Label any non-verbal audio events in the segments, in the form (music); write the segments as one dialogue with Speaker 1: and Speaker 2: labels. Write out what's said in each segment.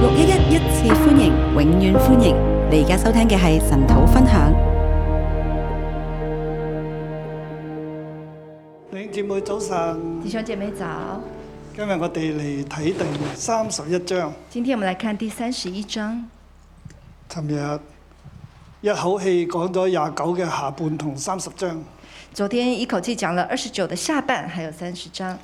Speaker 1: 六一一一次歡迎，永遠歡迎！你而家收聽嘅係神土分享。
Speaker 2: 弟兄姊妹早晨，
Speaker 3: 弟兄姐妹早，
Speaker 2: 今日我哋嚟睇第三十一章。
Speaker 3: 今天我们来看第三十一章。
Speaker 2: 尋日一口氣講咗廿九嘅下半同三十章，
Speaker 3: 昨天一口气讲了二十九的下半，还有三十章。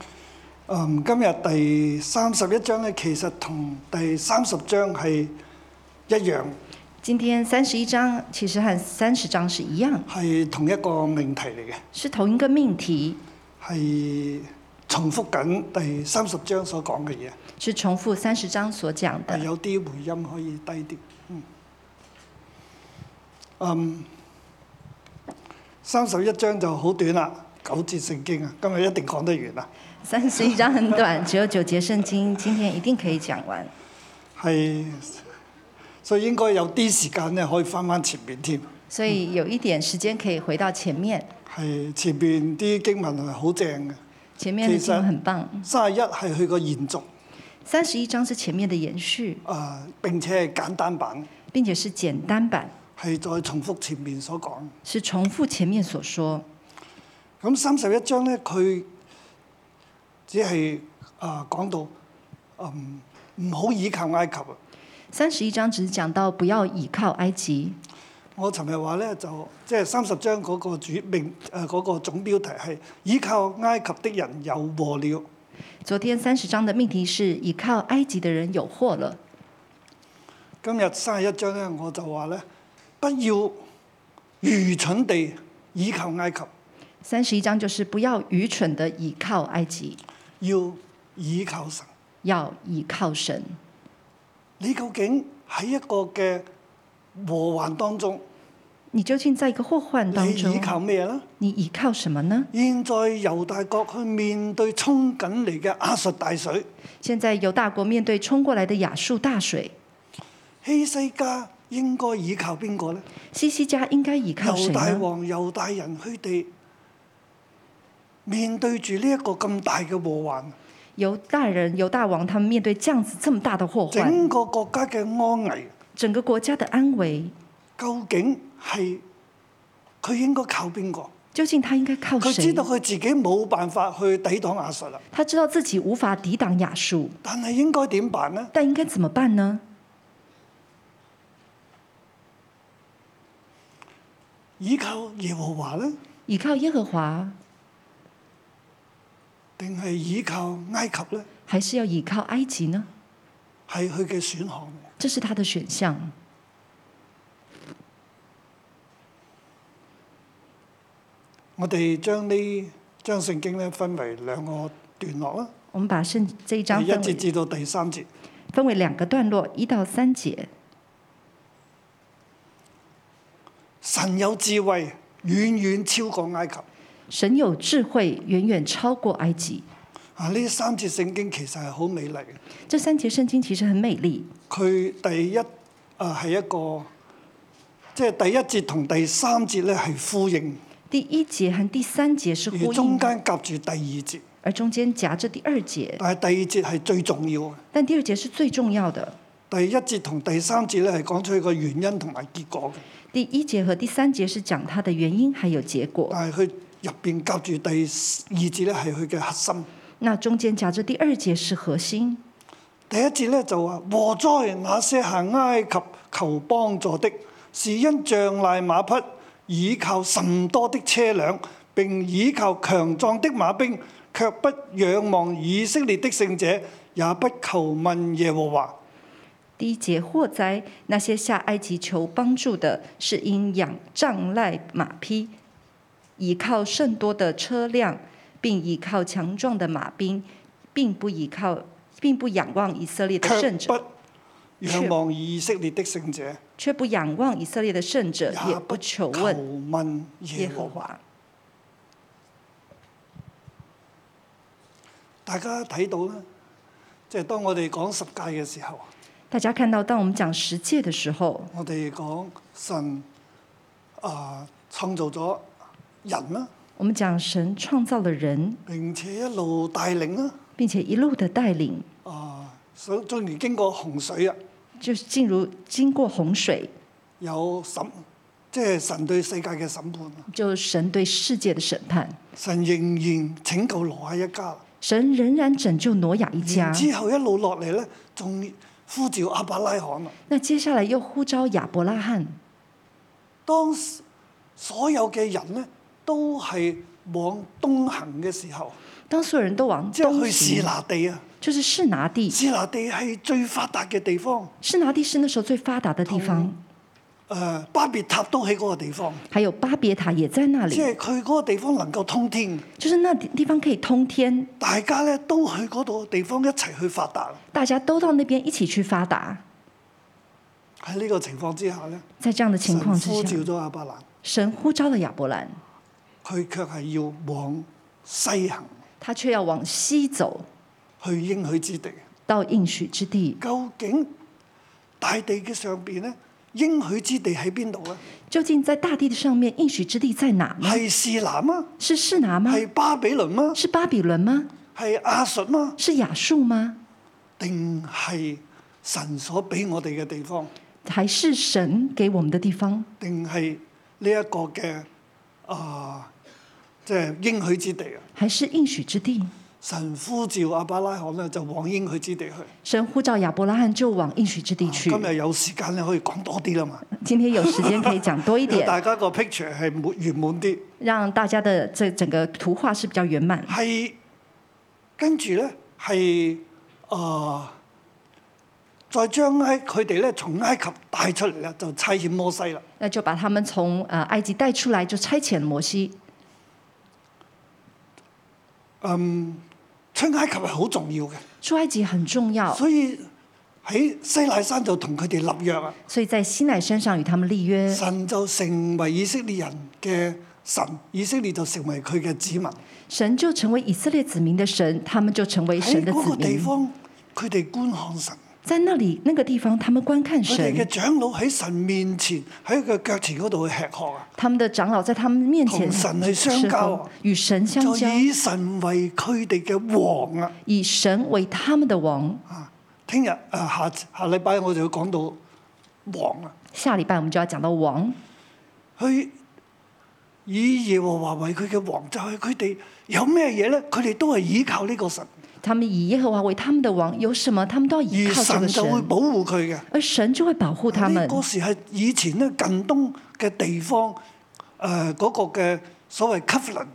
Speaker 2: 嗯，今日第三十一章咧，其實同第三十章係一樣，
Speaker 3: 今天三十一章其实和三十章是一样，
Speaker 2: 係同一個命題嚟嘅，
Speaker 3: 是同一个命题，
Speaker 2: 係重複緊第三十章所講嘅嘢，
Speaker 3: 是重复三十章所讲
Speaker 2: 係
Speaker 3: 的。
Speaker 2: 有啲回音可以低啲。嗯，嗯，三十一章就好短啦，九節聖經啊，今日一定講得完啦。
Speaker 3: 三十一章很短，只有九节圣经，今天一定可以讲完。
Speaker 2: 係，所以應該有啲時間咧，可以翻翻前面添。
Speaker 3: 所以有一点时间可以回到前面，
Speaker 2: 係前面啲經文係好正嘅，
Speaker 3: 前面的经文很棒。
Speaker 2: 三十一係佢個延續，
Speaker 3: 三十一章是前面的延续，
Speaker 2: 啊、並且係簡單版，
Speaker 3: 并且是简单版，
Speaker 2: 係再重複前面所講。
Speaker 3: 是重复前面所说。
Speaker 2: 咁三十一章咧，佢只係啊、講到，嗯唔好倚靠埃及啊。
Speaker 3: 三十一章只讲到不要倚靠埃及。
Speaker 2: 我尋日話咧，就即係三十章嗰個主命誒嗰個總標題係倚靠埃及的人有禍了。
Speaker 3: 昨天三十章的命题是倚靠埃及的人有祸了。
Speaker 2: 今日三十一章咧，我就話咧，不要愚蠢地倚靠埃及，
Speaker 3: 三十一章就是不要愚蠢的倚靠埃及，
Speaker 2: 要倚靠神。
Speaker 3: 要倚靠神。
Speaker 2: 你究竟喺一個嘅禍患當中，
Speaker 3: 你究竟在一个祸患
Speaker 2: 你
Speaker 3: 当
Speaker 2: 倚
Speaker 3: 中，
Speaker 2: 靠咩呢？
Speaker 3: 你倚靠什么呢？
Speaker 2: 現在猶大國去面對衝緊嚟嘅亞述大水，
Speaker 3: 现在犹大国面对冲过来的亚述大水，
Speaker 2: 希西家應該倚靠邊個呢？
Speaker 3: 西西家应该倚靠
Speaker 2: 猶
Speaker 3: 谁
Speaker 2: 大
Speaker 3: 呢？
Speaker 2: 王、猶大人佢哋面對住呢一個咁大嘅禍患，
Speaker 3: 啊犹大人、犹大王他们面对这样子这么大的祸患，
Speaker 2: 整個國家嘅安危。
Speaker 3: 整个国家的安危，
Speaker 2: 究竟係佢應該靠邊個？
Speaker 3: 究竟他应该靠
Speaker 2: 佢知
Speaker 3: 谁
Speaker 2: 道？佢自己冇辦法去抵擋亞述啦，
Speaker 3: 他知道自己无法抵挡亚述，
Speaker 2: 但係應該點辦呢？
Speaker 3: 但应该怎么办呢？
Speaker 2: 依靠耶和華呢？
Speaker 3: 倚靠耶和华，
Speaker 2: 定係依靠埃及呢？
Speaker 3: 还是要倚靠埃及呢？
Speaker 2: 係佢嘅選項。
Speaker 3: 这是他的选项。
Speaker 2: 我哋將呢將聖經咧分為兩個段落啦，
Speaker 3: 我们把圣这一章
Speaker 2: 第一
Speaker 3: 分
Speaker 2: 節
Speaker 3: 为
Speaker 2: 至到第三節。
Speaker 3: 分为两个段落，一到三节。
Speaker 2: 神有智慧，遠遠超過埃及。
Speaker 3: 神有智慧，远远超过埃及。
Speaker 2: 啊！呢三節聖經其實係好美麗嘅。
Speaker 3: 这三节圣经其实很美丽。
Speaker 2: 佢第一啊係一個，即係第一節同第三節咧係呼應，
Speaker 3: 第一节和第三节是
Speaker 2: 而
Speaker 3: 呼
Speaker 2: 中
Speaker 3: 应，
Speaker 2: 間夾住第二節，
Speaker 3: 而中间夹着第二节，
Speaker 2: 但係第二節係最重要嘅。
Speaker 3: 但第二节是最重要的。
Speaker 2: 第一節同第三節咧係講出一個原因同埋結果嘅，
Speaker 3: 第一节和第三节是讲它的原因还有结果，
Speaker 2: 但係佢入邊夾住第二節咧係佢嘅核心。
Speaker 3: 那中间夹着第二节是核心。
Speaker 2: 第一節咧就話禍災那些行埃及求幫助的，是因仗賴馬匹，倚靠甚多的車輛，並倚靠強壯的馬兵，卻不仰望以色列的聖者，也不求問耶和華。
Speaker 3: 第一节祸灾，那些下埃及求帮助的，是因仰仗赖马匹，倚靠甚多的车辆，并倚靠强壮的马兵，并不倚靠，并不仰望以色列的
Speaker 2: 卻
Speaker 3: 圣
Speaker 2: 不
Speaker 3: 者，
Speaker 2: 仰望以色列的聖者，
Speaker 3: 却不仰望以色列的圣者，也
Speaker 2: 也
Speaker 3: 不
Speaker 2: 不
Speaker 3: 求
Speaker 2: 求
Speaker 3: 问
Speaker 2: 問耶
Speaker 3: 耶
Speaker 2: 和
Speaker 3: 和
Speaker 2: 華。
Speaker 3: 华。
Speaker 2: 大家睇到啦，即係當我哋講十戒嘅時候。
Speaker 3: 大家看到，当我们讲十诫的时候，
Speaker 2: 我哋講神啊、創造咗人啦，
Speaker 3: 我们讲神创造了人，
Speaker 2: 並且一路帶領啦，
Speaker 3: 并且一路的带领，
Speaker 2: 啊、所以縱然經過洪水啊，
Speaker 3: 就是进入经过洪水，
Speaker 2: 有審，即係神對世界嘅審判啊！
Speaker 3: 就是神对世界的审判。
Speaker 2: 神仍然拯救挪亞一家，
Speaker 3: 神仍然拯救挪亚一家
Speaker 2: 然。之後一路落嚟咧，仲呼召阿伯拉罕啊！
Speaker 3: 那接下来又呼召亚伯拉罕，
Speaker 2: 當所有嘅人咧都係往東行嘅時候，
Speaker 3: 当所有人都往
Speaker 2: 即係
Speaker 3: 东
Speaker 2: 去
Speaker 3: 行
Speaker 2: 士，拿地啊！
Speaker 3: 就是士拿地。
Speaker 2: 士拿地係最發達嘅地方，誒、
Speaker 3: 士拿地是那时候最发达的地方，
Speaker 2: 呃巴別塔都喺嗰個地方，
Speaker 3: 还有巴别塔也在那里
Speaker 2: 即，係佢嗰個地方能夠通天，
Speaker 3: 就是那地地方可以通天，
Speaker 2: 大家咧都去嗰度地方一齊去發達。
Speaker 3: 大家都到那边一起去发达。
Speaker 2: 喺呢個情況之下咧，
Speaker 3: 在这样的情
Speaker 2: 神
Speaker 3: 况
Speaker 2: 呼
Speaker 3: 之
Speaker 2: 召
Speaker 3: 下，
Speaker 2: 咗阿伯蘭。
Speaker 3: 神呼召了亚伯兰，
Speaker 2: 佢卻係要往西行
Speaker 3: 他却要往西走
Speaker 2: 去應許之地。
Speaker 3: 到应许之地。
Speaker 2: 究竟大地嘅上邊咧，應許之地喺邊度咧？
Speaker 3: 究竟在大地的上面，应许之地在哪呢？
Speaker 2: 係士南啊，
Speaker 3: 是士拿吗？
Speaker 2: 係巴比倫嗎？
Speaker 3: 是巴比伦吗？
Speaker 2: 係亞述嗎？
Speaker 3: 是亚述吗？
Speaker 2: 定係神所俾我哋嘅地方？
Speaker 3: 还是神给我们的地方？
Speaker 2: 定係呢一個嘅啊，即、係、應許之地啊？
Speaker 3: 还是应许之地？
Speaker 2: 神呼召阿伯拉罕咧，就往應許之地去。
Speaker 3: 神呼召亚伯拉罕就往应许之地去。
Speaker 2: 啊今日有時間咧，可以講多啲啦嘛，
Speaker 3: 今天有时间可以讲多一
Speaker 2: 因 (laughs) 為
Speaker 3: 点，
Speaker 2: 大家個 picture 係滿圓滿啲。
Speaker 3: 让大家的这整个图画是比较圆满。
Speaker 2: 係跟住咧係啊，再將埃佢哋咧從埃及帶出嚟啦，就差遣摩西啦。
Speaker 3: 那就把他们从呃埃及带出来，就差遣摩西。
Speaker 2: 出埃及係好重要嘅，
Speaker 3: 出埃及很重要，
Speaker 2: 所以喺西奈山就同佢哋立約啊。
Speaker 3: 所以在西乃山上与他们立约，
Speaker 2: 神就成為以色列人嘅神，以色列就成為佢嘅子民。
Speaker 3: 神就成为以色列子民的神，他们就成为神
Speaker 2: 喺
Speaker 3: 的
Speaker 2: 嗰
Speaker 3: 子
Speaker 2: 個地
Speaker 3: 民。
Speaker 2: 方，佢哋觀看神，
Speaker 3: 在那里那个地方，他们观看
Speaker 2: 佢哋嘅
Speaker 3: 神，
Speaker 2: 長老喺神面前喺佢腳前嗰度去吃喝啊，
Speaker 3: 他们的长老在他们面前
Speaker 2: 同神去相交，
Speaker 3: 与神相
Speaker 2: 就
Speaker 3: 交，
Speaker 2: 以神為佢哋嘅王啊。
Speaker 3: 以神为他们的王。
Speaker 2: 啊，聽日誒下下禮拜我就要講到王啦，
Speaker 3: 下礼拜我们就要讲到王，
Speaker 2: 佢以耶和華為佢嘅王，就係佢哋有咩嘢咧？佢哋都係依靠呢個神，
Speaker 3: 他们以耶和华为他们的王，有什么他们都要依
Speaker 2: 而
Speaker 3: 靠这
Speaker 2: 神
Speaker 3: 个
Speaker 2: 就會
Speaker 3: 神，
Speaker 2: 保護佢嘅。
Speaker 3: 而神就会保护他
Speaker 2: 呢
Speaker 3: 们。
Speaker 2: 呃嗰時係以前咧近東嘅地方呃誒嗰、個嘅所謂 covenant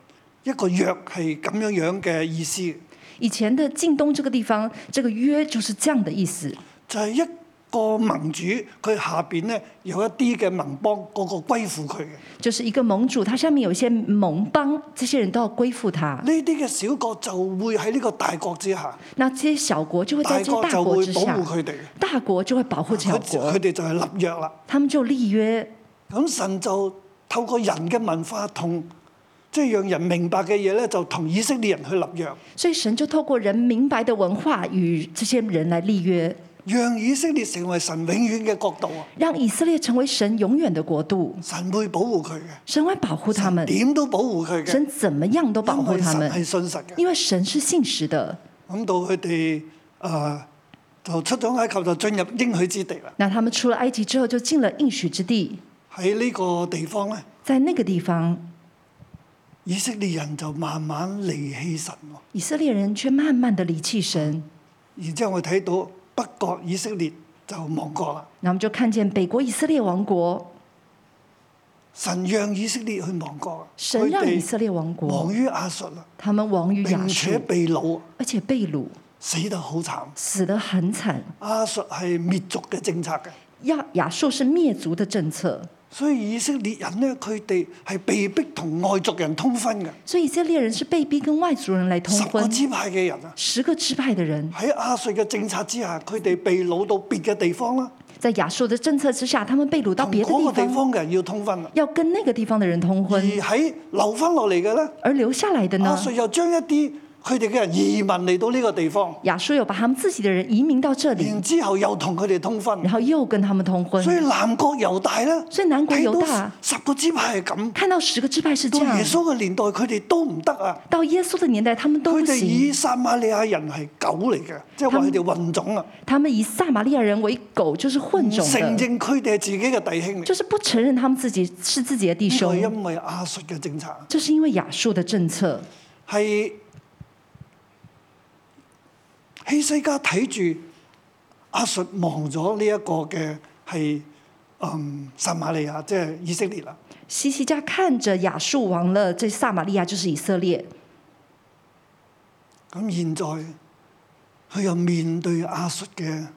Speaker 2: 一個約係咁樣樣嘅意思，
Speaker 3: 以前的近东这个地方，这个约就是这样的意思，
Speaker 2: 就係、一個盟主佢下邊咧有一啲嘅盟邦，個個歸附佢嘅。
Speaker 3: 就是一个盟主，他下面有一些盟邦，这些人都要归附他。
Speaker 2: 呢啲嘅小國就會喺呢個大國之下，
Speaker 3: 那这些小国就会
Speaker 2: 大
Speaker 3: 在这
Speaker 2: 國
Speaker 3: 大
Speaker 2: 就
Speaker 3: 国
Speaker 2: 會
Speaker 3: 之
Speaker 2: 保
Speaker 3: 下
Speaker 2: 護，佢哋，
Speaker 3: 大国就会保护小
Speaker 2: 佢
Speaker 3: 国
Speaker 2: 佢，哋就係立約啦。
Speaker 3: 他们就立约。
Speaker 2: 咁神就透過人嘅文化同即係讓人明白嘅嘢咧，就同以色列人去立約，
Speaker 3: 所以神就透过人明白的文化与这些人来立约，
Speaker 2: 讓以色列成為神永遠嘅國度啊！
Speaker 3: 让以色列成为神永远的国度。
Speaker 2: 神會保護佢嘅，
Speaker 3: 神会保护他们
Speaker 2: 神，點都保護佢嘅，
Speaker 3: 神怎么样都保
Speaker 2: 因
Speaker 3: 护
Speaker 2: 為
Speaker 3: 他
Speaker 2: 神
Speaker 3: 们，
Speaker 2: 係信實嘅。
Speaker 3: 因为神是信实的。
Speaker 2: 咁到佢哋誒就出咗埃及，就進入應許之地啦。
Speaker 3: 那他们出了埃及之后，就进了应许之地，
Speaker 2: 喺呢個地方咧，
Speaker 3: 在那个地方，
Speaker 2: 以色列人就慢慢離棄神喎。
Speaker 3: 以色列人却慢慢的离弃神。
Speaker 2: 然之後我睇到北國以色列就亡國啦，
Speaker 3: 然后我们就看见北国以色列王国，
Speaker 2: 神讓以色列去亡國，
Speaker 3: 神
Speaker 2: 佢
Speaker 3: 让以
Speaker 2: 哋
Speaker 3: 色列王
Speaker 2: 亡
Speaker 3: 国，
Speaker 2: 於亞述啦，
Speaker 3: 他们亡于亚
Speaker 2: 並
Speaker 3: 述
Speaker 2: 且，被掳，
Speaker 3: 而且被掳，
Speaker 2: 死得好慘。
Speaker 3: 死得很惨。
Speaker 2: 亞述係滅族嘅政策嘅，
Speaker 3: 亚亚述是灭族的政策，
Speaker 2: 所以以色列人呢，佢哋係被逼同外族人通婚嘅，
Speaker 3: 所以以色列人是被逼跟外族人来通
Speaker 2: 十個
Speaker 3: 婚。
Speaker 2: 支派嘅人啊。
Speaker 3: 十个支派的人，
Speaker 2: 喺亞述嘅政策之下，佢哋被掳到別嘅地方啦，
Speaker 3: 在亚述的政策之下，他们被掳到
Speaker 2: 同
Speaker 3: 别的
Speaker 2: 嗰
Speaker 3: 地
Speaker 2: 個地
Speaker 3: 方，
Speaker 2: 方嘅人要通婚啦。
Speaker 3: 要跟那个地方的人通
Speaker 2: 而
Speaker 3: 婚，
Speaker 2: 喺留翻落嚟嘅咧，哦
Speaker 3: 而留下来的呢
Speaker 2: 亞，述又將一啲佢佢哋嘅人移民嚟到呢個地方，
Speaker 3: 亚述有把他们自己的人移民到这里
Speaker 2: 然，之後又同佢哋通婚，
Speaker 3: 嗯然后又跟他们通婚
Speaker 2: 嗯所。以南國猶大咧，
Speaker 3: 所以南國猶大
Speaker 2: 睇到十個支派係咁，
Speaker 3: 看到十个支派是
Speaker 2: 到
Speaker 3: 这样
Speaker 2: 耶，穌嘅年代佢哋都唔得啊！
Speaker 3: 到耶穌的年代他们都
Speaker 2: 佢
Speaker 3: 不
Speaker 2: 哋
Speaker 3: 行，
Speaker 2: 以撒瑪利亞人係狗嚟嘅，即係話佢哋混種啊，
Speaker 3: 他们以撒玛利亚人为狗，就是混种
Speaker 2: 承
Speaker 3: 的，
Speaker 2: 認佢哋係自己嘅弟兄嚟。
Speaker 3: 就是不承认他们自己是自己的弟
Speaker 2: 呢個係
Speaker 3: 兄。
Speaker 2: 因為亞述嘅政策
Speaker 3: 这是因为亚述的政策，
Speaker 2: 係希西家睇住亞述亡咗呢一個嘅係嗯撒瑪利亞，即係以色列啦。
Speaker 3: 西西家看着亚述亡了，这撒玛利亚就是以色列。
Speaker 2: 咁現在佢又面對亞述嘅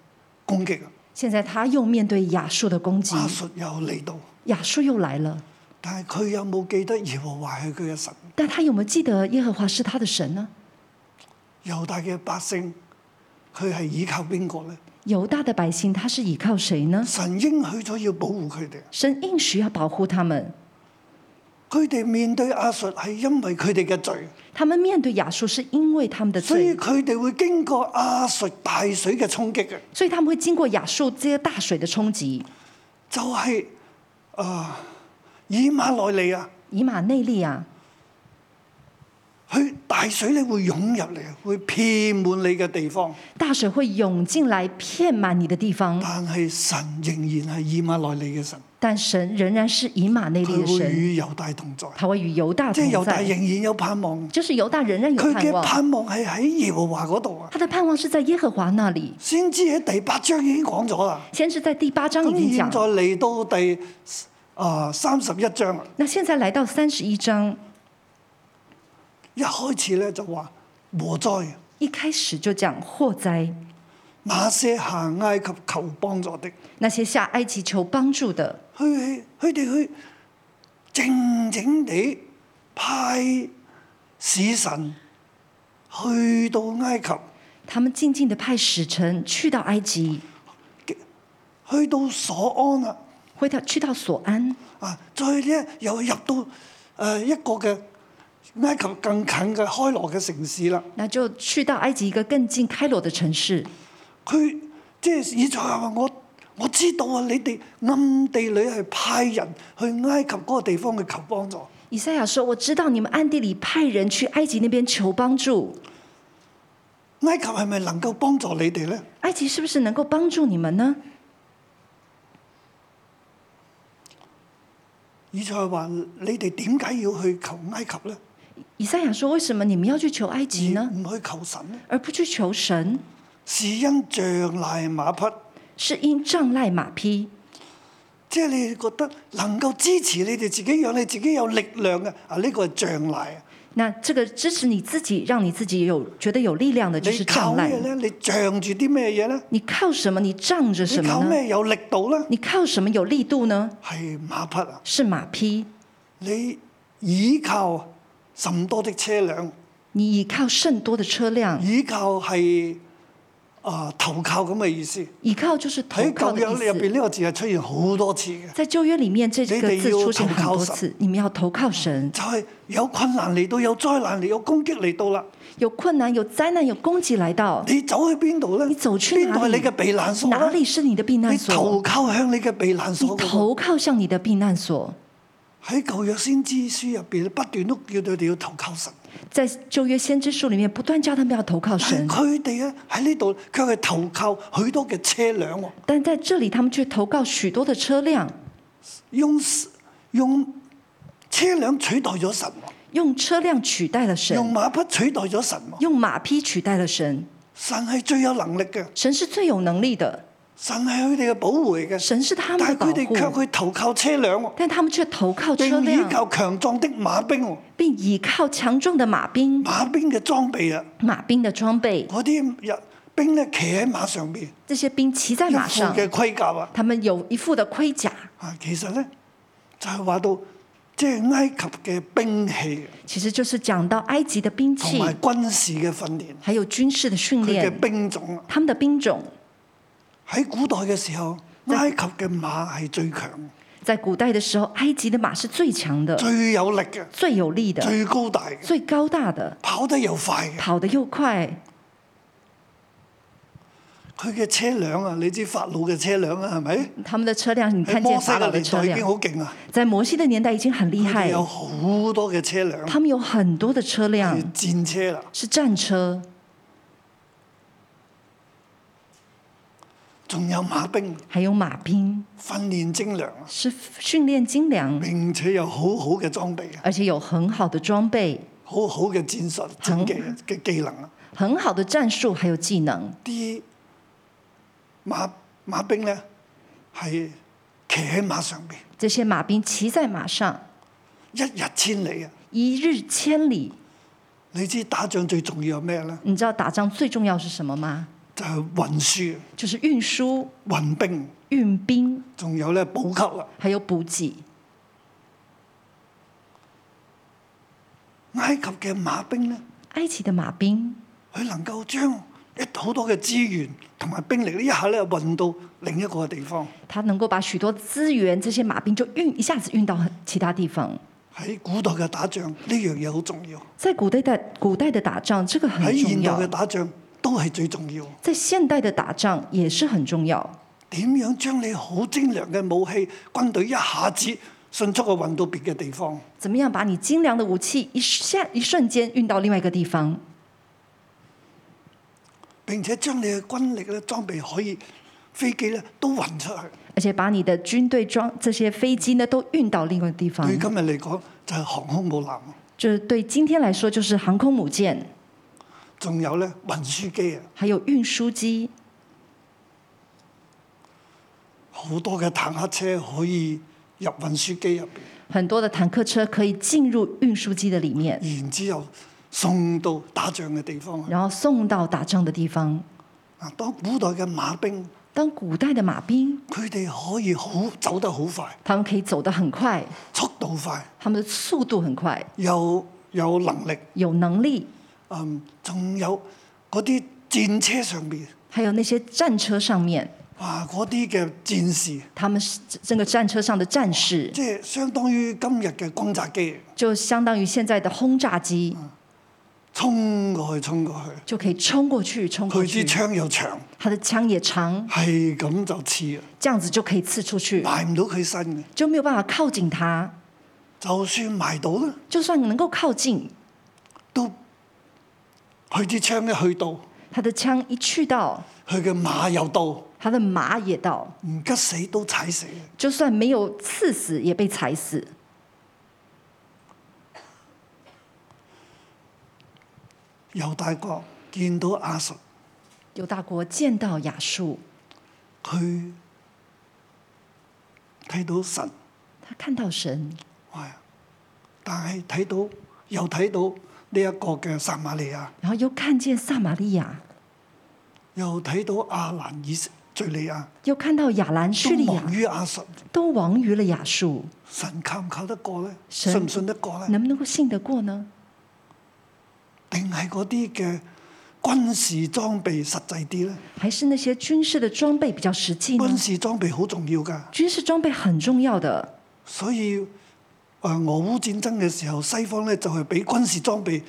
Speaker 2: 攻擊，
Speaker 3: 现在他又面对亚述的攻击，
Speaker 2: 亞述又嚟到，
Speaker 3: 亚述又来了，
Speaker 2: 但係佢有冇記得耶和華係佢嘅神？
Speaker 3: 但他有没有记得耶和华是他的神呢？
Speaker 2: 猶大嘅百姓，佢係依靠邊個咧？
Speaker 3: 犹大的百姓他是倚靠谁呢？
Speaker 2: 神應許咗要保護佢哋，
Speaker 3: 神应许要保护他们，
Speaker 2: 佢哋面對亞述係因為佢哋嘅罪。
Speaker 3: 他们面对亚述是因为他们的
Speaker 2: 所以
Speaker 3: 罪，
Speaker 2: 佢哋會經過亞述大水嘅衝擊嘅，
Speaker 3: 所以他们会经过亚述这些大水的冲击。
Speaker 2: 就係、啊、以馬內利啊，
Speaker 3: 以马内利啊，
Speaker 2: 佢大水咧會湧入嚟，啊會遍滿你嘅地方，
Speaker 3: 大水会涌进来，遍满你的地方，
Speaker 2: 但係神仍然係以馬內利嘅神，
Speaker 3: 但神仍然是以马内利
Speaker 2: 佢
Speaker 3: 的
Speaker 2: 會
Speaker 3: 神，
Speaker 2: 與猶大同在，
Speaker 3: 他会与犹大
Speaker 2: 即係
Speaker 3: 同
Speaker 2: 猶大仍
Speaker 3: 在，
Speaker 2: 然有盼望，
Speaker 3: 就是犹大仍然有
Speaker 2: 佢
Speaker 3: 盼
Speaker 2: 嘅
Speaker 3: 望，
Speaker 2: 盼望係喺耶和華嗰度啊。
Speaker 3: 他的盼望是在耶和华那里。
Speaker 2: 先知喺第八章已經講咗啦，
Speaker 3: 先是在第八章
Speaker 2: 咁
Speaker 3: 已经
Speaker 2: 現
Speaker 3: 讲
Speaker 2: 在，嚟到第啊三十一章啦。
Speaker 3: 那现在来到三十一章，
Speaker 2: 一開始咧就話禍災，
Speaker 3: 一开始就讲祸灾，
Speaker 2: 那些下埃及求幫助的，
Speaker 3: 那些下埃及求帮助的，
Speaker 2: 佢佢哋去靜靜地派使臣去到埃及，
Speaker 3: 他们静静的派使臣去到埃及，
Speaker 2: 去到所安啦，
Speaker 3: 回到去到所安，
Speaker 2: 啊，再咧又入到誒、呃一個嘅埃及更近嘅開羅嘅城市啦。
Speaker 3: 那就去到埃及一个更近开罗的城市。
Speaker 2: 佢即係以賽亞話我。我知道啊！你哋暗地裏係派人去埃及嗰個地方去求幫助，
Speaker 3: 以赛亚说：“我知道你们暗地里派人去埃及那边求帮助，
Speaker 2: 埃及係咪能夠幫助你哋呢？
Speaker 3: 埃及是不是能够帮助你们呢
Speaker 2: 以賽亞話：你哋點解要去求埃及呢？？”
Speaker 3: 以赛亚说：“为什么你们要去求埃及
Speaker 2: 而
Speaker 3: 呢，
Speaker 2: 唔去求神呢？
Speaker 3: 而不去求神？
Speaker 2: 是因仗賴馬匹，
Speaker 3: 是因障赖马匹。”
Speaker 2: 即係你哋覺得能夠支持你哋自己，讓你自己有力量嘅啊！呢、個係仗賴啊！
Speaker 3: 那这个支持你自己，让你自己有觉得有力量的，就是
Speaker 2: 你
Speaker 3: 障
Speaker 2: 靠
Speaker 3: 碍
Speaker 2: 咩。呢？你仗住啲咩嘢呢？
Speaker 3: 你靠什么？你仗着
Speaker 2: 你
Speaker 3: 什
Speaker 2: 靠
Speaker 3: 么呢？
Speaker 2: 咩有力度呢？
Speaker 3: 你靠什么有力度呢？
Speaker 2: 係馬匹啊！
Speaker 3: 是马匹，
Speaker 2: 你倚靠甚多的車輛，
Speaker 3: 你倚靠甚多的車輛，
Speaker 2: 倚靠係啊、投靠咁嘅意思。
Speaker 3: 倚靠就是投
Speaker 2: 喺
Speaker 3: 靠
Speaker 2: 舊約
Speaker 3: 的意
Speaker 2: 入邊
Speaker 3: 思。
Speaker 2: 呢個字係出現好多次嘅，
Speaker 3: 在旧约里面，这
Speaker 2: 你
Speaker 3: 个
Speaker 2: 得
Speaker 3: 字
Speaker 2: 要
Speaker 3: 出现
Speaker 2: 投
Speaker 3: 很
Speaker 2: 靠
Speaker 3: 多
Speaker 2: 神
Speaker 3: 次。你们要投靠神，
Speaker 2: 就係、有困難嚟到，有災難嚟，有攻擊嚟到啦。
Speaker 3: 有困难、有灾难、有攻击来到，
Speaker 2: 你走去邊度咧？
Speaker 3: 你走去
Speaker 2: 邊
Speaker 3: 哪
Speaker 2: 度係
Speaker 3: 里
Speaker 2: 你嘅避難所
Speaker 3: 哪
Speaker 2: 呢
Speaker 3: 里是你的避难
Speaker 2: 你投
Speaker 3: 所？
Speaker 2: 靠向你嘅避難
Speaker 3: 你
Speaker 2: 所嗰度。
Speaker 3: 投靠向你的避難所。
Speaker 2: 喺舊約先知書入邊不斷都叫佢哋要投靠神，
Speaker 3: 在旧约先知書里面，不断叫他们要投
Speaker 2: 但
Speaker 3: 靠
Speaker 2: 係
Speaker 3: 神，
Speaker 2: 佢哋咧喺呢度卻係投靠許多嘅車輛喎，
Speaker 3: 但在这里他们却投靠许多的车辆。
Speaker 2: 用用車輛取代咗神喎，
Speaker 3: 用车辆取代了神，
Speaker 2: 用
Speaker 3: 用
Speaker 2: 馬匹取代咗神喎。
Speaker 3: 马匹取代了神。
Speaker 2: 神係最有能力嘅，
Speaker 3: 神是最有能力的，
Speaker 2: 神係佢哋嘅保護嚟嘅，
Speaker 3: 神是他们的
Speaker 2: 但
Speaker 3: 保
Speaker 2: 係佢哋卻
Speaker 3: 护，
Speaker 2: 去投靠車輛喎，
Speaker 3: 但他们却投靠车
Speaker 2: 並依
Speaker 3: 辆，
Speaker 2: 靠強壯的馬兵喎，
Speaker 3: 并倚靠强壮的马兵、
Speaker 2: 馬兵嘅裝備啊，
Speaker 3: 马兵的装备。
Speaker 2: 嗰啲人兵咧騎喺馬上邊，
Speaker 3: 这些兵骑在
Speaker 2: 一
Speaker 3: 马
Speaker 2: 副
Speaker 3: 上，
Speaker 2: 嘅盔甲啊。
Speaker 3: 他们有一副的盔甲。
Speaker 2: 啊，其實咧就係、話到即係埃及嘅兵器
Speaker 3: 其实就是讲到埃及的兵
Speaker 2: 同
Speaker 3: 器，
Speaker 2: 埋軍事嘅訓練，
Speaker 3: 还有军事的训
Speaker 2: 佢嘅
Speaker 3: 练，
Speaker 2: 兵種啊
Speaker 3: 他们的兵种。嗯
Speaker 2: 喺古代嘅時候，埃及嘅馬係最強，
Speaker 3: 在古代的时候，埃及的马是最强的、
Speaker 2: 最有力嘅、
Speaker 3: 最有力的、
Speaker 2: 最高大嘅，
Speaker 3: 最高大的，
Speaker 2: 跑得又快嘅。
Speaker 3: 跑得又快。
Speaker 2: 佢嘅車輛啊，你知法老嘅車輛啊，係咪？
Speaker 3: 他们的车辆，你
Speaker 2: 喺
Speaker 3: 看
Speaker 2: 摩
Speaker 3: 见
Speaker 2: 西
Speaker 3: 法老
Speaker 2: 嘅
Speaker 3: 的
Speaker 2: 年
Speaker 3: 车
Speaker 2: 代已經好
Speaker 3: 辆，
Speaker 2: 勁啊，
Speaker 3: 在摩西的年代已经很厉
Speaker 2: 佢哋
Speaker 3: 害，
Speaker 2: 有好多嘅車輛
Speaker 3: 他们有很多的车
Speaker 2: 係
Speaker 3: 辆
Speaker 2: 戰車啦，
Speaker 3: 是战车，
Speaker 2: 仲有馬兵
Speaker 3: 还有马兵，
Speaker 2: 訓練精良啊，
Speaker 3: 是训练精良，
Speaker 2: 並且有好好嘅裝備啊，
Speaker 3: 而且有很好的装备、
Speaker 2: 好好嘅戰術、戰技啊嘅技能啊。
Speaker 3: 很好的战术，还有技能。
Speaker 2: 啲馬馬兵咧係騎喺馬上邊，
Speaker 3: 这些马兵骑在马上，
Speaker 2: 一日千里啊！
Speaker 3: 一日千里。
Speaker 2: 你知打仗最重要係咩咧？
Speaker 3: 你知道打仗最重要是什么吗？
Speaker 2: 就係、運輸、
Speaker 3: 就是运输、
Speaker 2: 運兵，
Speaker 3: 运兵，
Speaker 2: 仲有咧補給啦。
Speaker 3: 还有补给。
Speaker 2: 埃及嘅馬兵咧，
Speaker 3: 埃及的马兵，
Speaker 2: 佢能夠將一好多嘅資源同埋兵力呢，一下咧運到另一個地方。
Speaker 3: 他能够把许多资源，这些马兵就运一下子运到其他地方。
Speaker 2: 喺古代嘅打仗，呢樣嘢好重要；
Speaker 3: 在古代的古代的打仗，这个很
Speaker 2: 喺
Speaker 3: 嗯重
Speaker 2: 現代
Speaker 3: 要
Speaker 2: 嘅。打仗都係最重要。
Speaker 3: 在现代的打仗也是很重要。
Speaker 2: 點樣將你好精良嘅武器軍隊一下子迅速嘅運到別嘅地方？
Speaker 3: 怎么样把你精良的武器一下一瞬间运到另外一个地方，
Speaker 2: 並且將你嘅軍力咧裝備可以飛機咧都運出去。
Speaker 3: 而且把你的军队装这些飞机呢都运到另外一个地方
Speaker 2: 對。今日嚟講就係、航空母艦，
Speaker 3: 就是对今天来说，就是航空母舰，
Speaker 2: 仲有咧運輸機啊，
Speaker 3: 还有运输机，
Speaker 2: 好多嘅坦克車可以入運輸機入邊。
Speaker 3: 很多的坦克车可以进入运输机的里面，
Speaker 2: 然之後送到打仗嘅地方去。
Speaker 3: 然后送到打仗的地方。
Speaker 2: 啊，當古代嘅馬兵，
Speaker 3: 当古代的马兵，
Speaker 2: 佢哋可以好走得好快，
Speaker 3: 他们可以走得很快，
Speaker 2: 速度快，
Speaker 3: 他们的速度很快，
Speaker 2: 又有能力，
Speaker 3: 有能力，
Speaker 2: 嗯，仲有嗰啲戰車上面，
Speaker 3: 还有那些战车上面，
Speaker 2: 哇，嗰啲嘅戰士，
Speaker 3: 他们是这个战车上的战士，
Speaker 2: 即係相當於今日嘅轟炸機，
Speaker 3: 就相当于现在的轰炸机，
Speaker 2: 衝過去，衝過去，
Speaker 3: 就可以冲过去，冲过
Speaker 2: 佢支
Speaker 3: 去。
Speaker 2: 槍又長，
Speaker 3: 他的枪也长，
Speaker 2: 係咁就刺啊，
Speaker 3: 这样子就可以刺出去，
Speaker 2: 埋唔到佢身嘅，
Speaker 3: 就没有办法靠近他。
Speaker 2: 就算埋到啦，
Speaker 3: 就算能够靠近，
Speaker 2: 都佢支槍一去到，
Speaker 3: 他的枪一去到，
Speaker 2: 佢嘅馬又到。
Speaker 3: 他的马也到，
Speaker 2: 唔吉死都踩死，
Speaker 3: 就算没有刺死，也被踩死。
Speaker 2: 猶大國見到亞述，
Speaker 3: 犹大国见到亚述，
Speaker 2: 佢睇到神，
Speaker 3: 他看到神，
Speaker 2: 哇！但係睇到又睇到呢一個嘅撒瑪利亞，
Speaker 3: 然后又看见撒玛利亚，
Speaker 2: 又睇到亞蘭以敍利亞，
Speaker 3: 又看到亚兰叙利
Speaker 2: 都亡
Speaker 3: 亚，
Speaker 2: 於亞述，
Speaker 3: 都亡于了亚述，
Speaker 2: 神靠唔靠得過呢？
Speaker 3: 神
Speaker 2: 信唔信得過呢？
Speaker 3: 能不能够信得过呢？
Speaker 2: 定係嗰啲嘅軍事裝備實際啲呢？
Speaker 3: 还是那些军事的装备比较实际呢？
Speaker 2: 軍事裝備好重要㗎，
Speaker 3: 军事装备很重要的，
Speaker 2: 所以誒、呃俄烏戰爭嘅時候，西方咧就係俾軍事裝備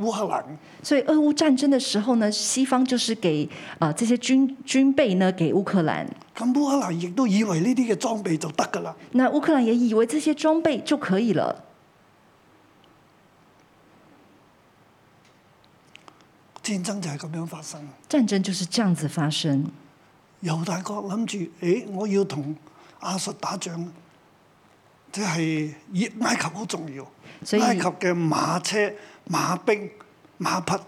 Speaker 2: 烏克蘭。
Speaker 3: 所以俄乌战争的时候呢，西方就是给啊、这些军军备呢给乌克兰，
Speaker 2: 咁烏克蘭亦都以為呢啲嘅裝備就得㗎啦，
Speaker 3: 那乌克兰也以为这些装备就可以了，
Speaker 2: 戰爭就係咁樣發生。
Speaker 3: 战争就是这样子发生。
Speaker 2: 猶大國諗住，誒我要同亞述打仗，即係以埃及好重要，
Speaker 3: 所以
Speaker 2: 埃及嘅馬車、馬兵、馬匹，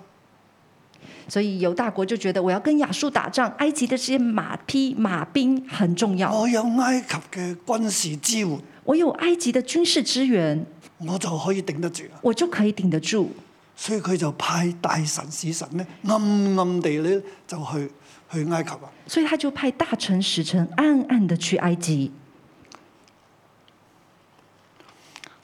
Speaker 3: 所以犹大国就觉得我要跟亚述打仗，埃及的这些马匹、马兵很重要，
Speaker 2: 我有埃及嘅軍事支援，
Speaker 3: 我有埃及的军事支援，
Speaker 2: 我就可以頂得住啦。
Speaker 3: 我就可以顶得住。
Speaker 2: 所以佢就派大臣使臣咧，暗暗地咧就去去埃及啊。
Speaker 3: 所以他就派大臣使臣暗暗的去埃及。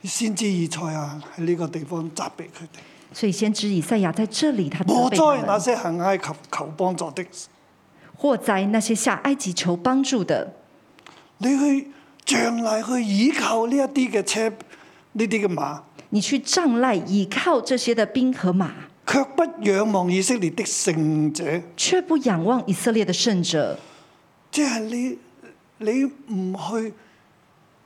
Speaker 2: 先知以賽亞喺呢個地方責備佢哋。
Speaker 3: 所以先知以赛亚在这里他责
Speaker 2: 禍
Speaker 3: 备他
Speaker 2: 哉那
Speaker 3: 们，
Speaker 2: 些行埃及求幫助的，
Speaker 3: 祸灾那些下埃及求帮助的。
Speaker 2: 你去仗賴去倚靠呢一啲嘅車，呢啲嘅馬，
Speaker 3: 你去仗赖倚靠这些的兵和马，
Speaker 2: 卻不仰望以色列的聖者。
Speaker 3: 却不仰望以色列的圣者。
Speaker 2: 即係你你唔去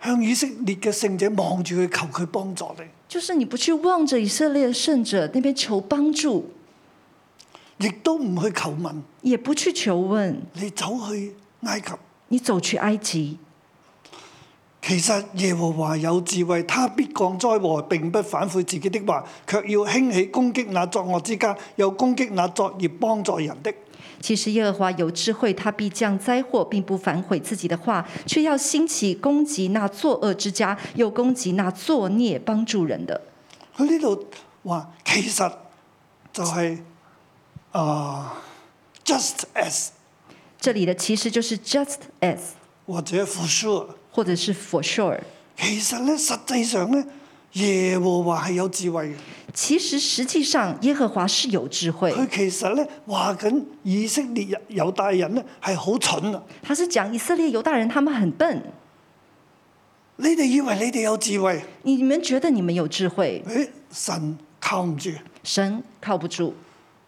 Speaker 2: 向以色列嘅聖者望住佢，求佢幫助你，
Speaker 3: 就是你不去望着以色列的圣者那边求帮助，
Speaker 2: 亦都唔去求問，
Speaker 3: 也不去求问，
Speaker 2: 你走去埃及。
Speaker 3: 你走去埃及。
Speaker 2: 其實耶和華有智慧，他必降災禍，並不反悔自己的話，卻要興起攻擊那作惡之家，又攻擊那作孽幫助人的。
Speaker 3: 其实耶和华有智慧，他必降灾祸，并不反悔自己的话，却要兴起攻击那作恶之家，又攻击那作孽帮助人的。
Speaker 2: 佢呢度話其實就係、啊、just as
Speaker 3: 这里的其实就是 just as，
Speaker 2: 或者 for sure。
Speaker 3: 或者是 for sure。
Speaker 2: 其實咧，實際上咧，耶和華係有智慧嘅。
Speaker 3: 其实实际上耶和华是有智慧，
Speaker 2: 佢其實咧話緊以色列人猶大人咧係好蠢啊！
Speaker 3: 他是讲以色列犹大人他们很笨，
Speaker 2: 你哋以為你哋有智慧，
Speaker 3: 你们觉得你们有智慧，
Speaker 2: 誒神靠唔住，
Speaker 3: 神靠不住，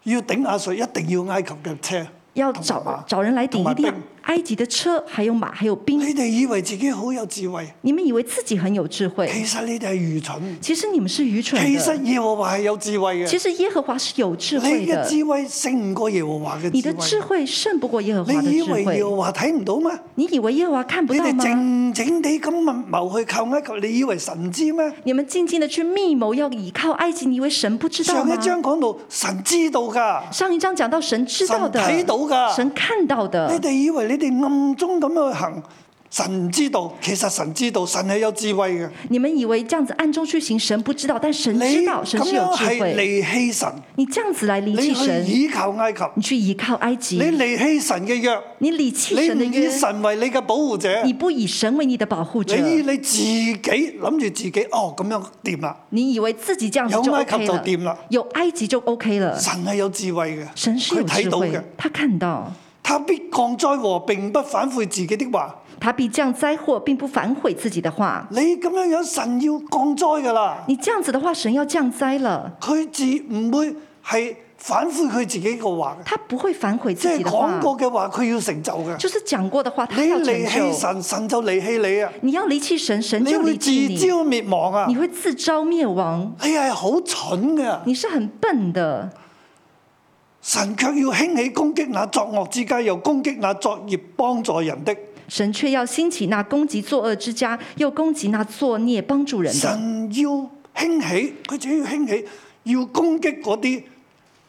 Speaker 2: 要頂下水，一定要埃及嘅車。
Speaker 3: 要
Speaker 2: 同埋
Speaker 3: 找
Speaker 2: 馬
Speaker 3: 找人来
Speaker 2: 同
Speaker 3: 顶，
Speaker 2: 埋
Speaker 3: 一定要
Speaker 2: 兵
Speaker 3: 埃及的车，还有马，还有
Speaker 2: 你
Speaker 3: 兵。
Speaker 2: 哋以為自己好有智慧，
Speaker 3: 你们以为自己很有智慧，
Speaker 2: 其實你哋係愚蠢。
Speaker 3: 其实你们是愚蠢
Speaker 2: 其
Speaker 3: 的
Speaker 2: 實。耶和華係有智慧
Speaker 3: 其
Speaker 2: 嘅，
Speaker 3: 实耶和华是有智慧
Speaker 2: 你
Speaker 3: 的
Speaker 2: 嘅，智慧勝唔過耶和華
Speaker 3: 你
Speaker 2: 嘅
Speaker 3: 的智
Speaker 2: 智慧。
Speaker 3: 慧胜不过耶和华的
Speaker 2: 你以
Speaker 3: 智
Speaker 2: 為耶
Speaker 3: 慧。
Speaker 2: 和華睇唔到咩？
Speaker 3: 你以为耶和华看不
Speaker 2: 你
Speaker 3: 到
Speaker 2: 哋
Speaker 3: 吗？
Speaker 2: 靜靜地咁密謀去靠埃及，你以為神知咩？
Speaker 3: 你们静静的去密谋，要倚靠埃及，你以为神不知道
Speaker 2: 上
Speaker 3: 吗
Speaker 2: 一？章講到神知道㗎，
Speaker 3: 上一章讲到神知道的，
Speaker 2: 神睇到噶
Speaker 3: 神看到
Speaker 2: 你
Speaker 3: 的。
Speaker 2: 哋以為你哋暗中咁樣去行，神唔知道，其實神知道，神係有智慧嘅。
Speaker 3: 你们以为这样子暗中去行，神不知道，但神
Speaker 2: 你
Speaker 3: 知道，神
Speaker 2: 咁
Speaker 3: 是有
Speaker 2: 樣
Speaker 3: 智
Speaker 2: 係
Speaker 3: 慧。
Speaker 2: 離棄神，
Speaker 3: 你这样子来离
Speaker 2: 你去
Speaker 3: 弃神，
Speaker 2: 倚靠埃及，
Speaker 3: 你去倚靠埃及
Speaker 2: 你，離棄神嘅約，
Speaker 3: 你离弃
Speaker 2: 你
Speaker 3: 神
Speaker 2: 唔
Speaker 3: 的
Speaker 2: 以
Speaker 3: 约，
Speaker 2: 神為你嘅保護者，
Speaker 3: 你
Speaker 2: 你
Speaker 3: 不以神为你的保护者，
Speaker 2: 以你自己諗住自己哦咁樣掂啦。
Speaker 3: 你以为自己这样子就
Speaker 2: 有埃及
Speaker 3: OK
Speaker 2: 就
Speaker 3: 了
Speaker 2: 掂啦，
Speaker 3: 有埃及就 OK 了。
Speaker 2: 神係有智慧嘅，
Speaker 3: 神是有
Speaker 2: 佢睇
Speaker 3: 智
Speaker 2: 到
Speaker 3: 慧
Speaker 2: 嘅，，
Speaker 3: 他看到，
Speaker 2: 他必降災禍，並不反悔自己的話。
Speaker 3: 他必降灾祸，并不反悔自己的话。
Speaker 2: 你咁樣樣，神要降災㗎啦。
Speaker 3: 你这样子的话，神要降灾了，
Speaker 2: 佢自唔會係反悔佢自己個話嘅，
Speaker 3: 他不会反悔
Speaker 2: 即
Speaker 3: 自
Speaker 2: 係
Speaker 3: 己的
Speaker 2: 講
Speaker 3: 話，
Speaker 2: 過嘅話，佢要成就嘅。
Speaker 3: 就是讲过的话，
Speaker 2: 你
Speaker 3: 他要成
Speaker 2: 離棄
Speaker 3: 就。
Speaker 2: 神，神就離棄你啊！
Speaker 3: 你要离弃神，神
Speaker 2: 你
Speaker 3: 就
Speaker 2: 會
Speaker 3: 离
Speaker 2: 自
Speaker 3: 弃你，
Speaker 2: 招滅亡啊！
Speaker 3: 你会自招灭亡。
Speaker 2: 你係好蠢嘅，
Speaker 3: 你是很笨的，
Speaker 2: 神卻要興起攻擊那作惡之家，又攻擊那作孽幫助人的。
Speaker 3: 神却要兴起那攻击作恶之家，又攻击那作孽帮助人的。
Speaker 2: 神要興起，佢自己要興起，要攻擊嗰啲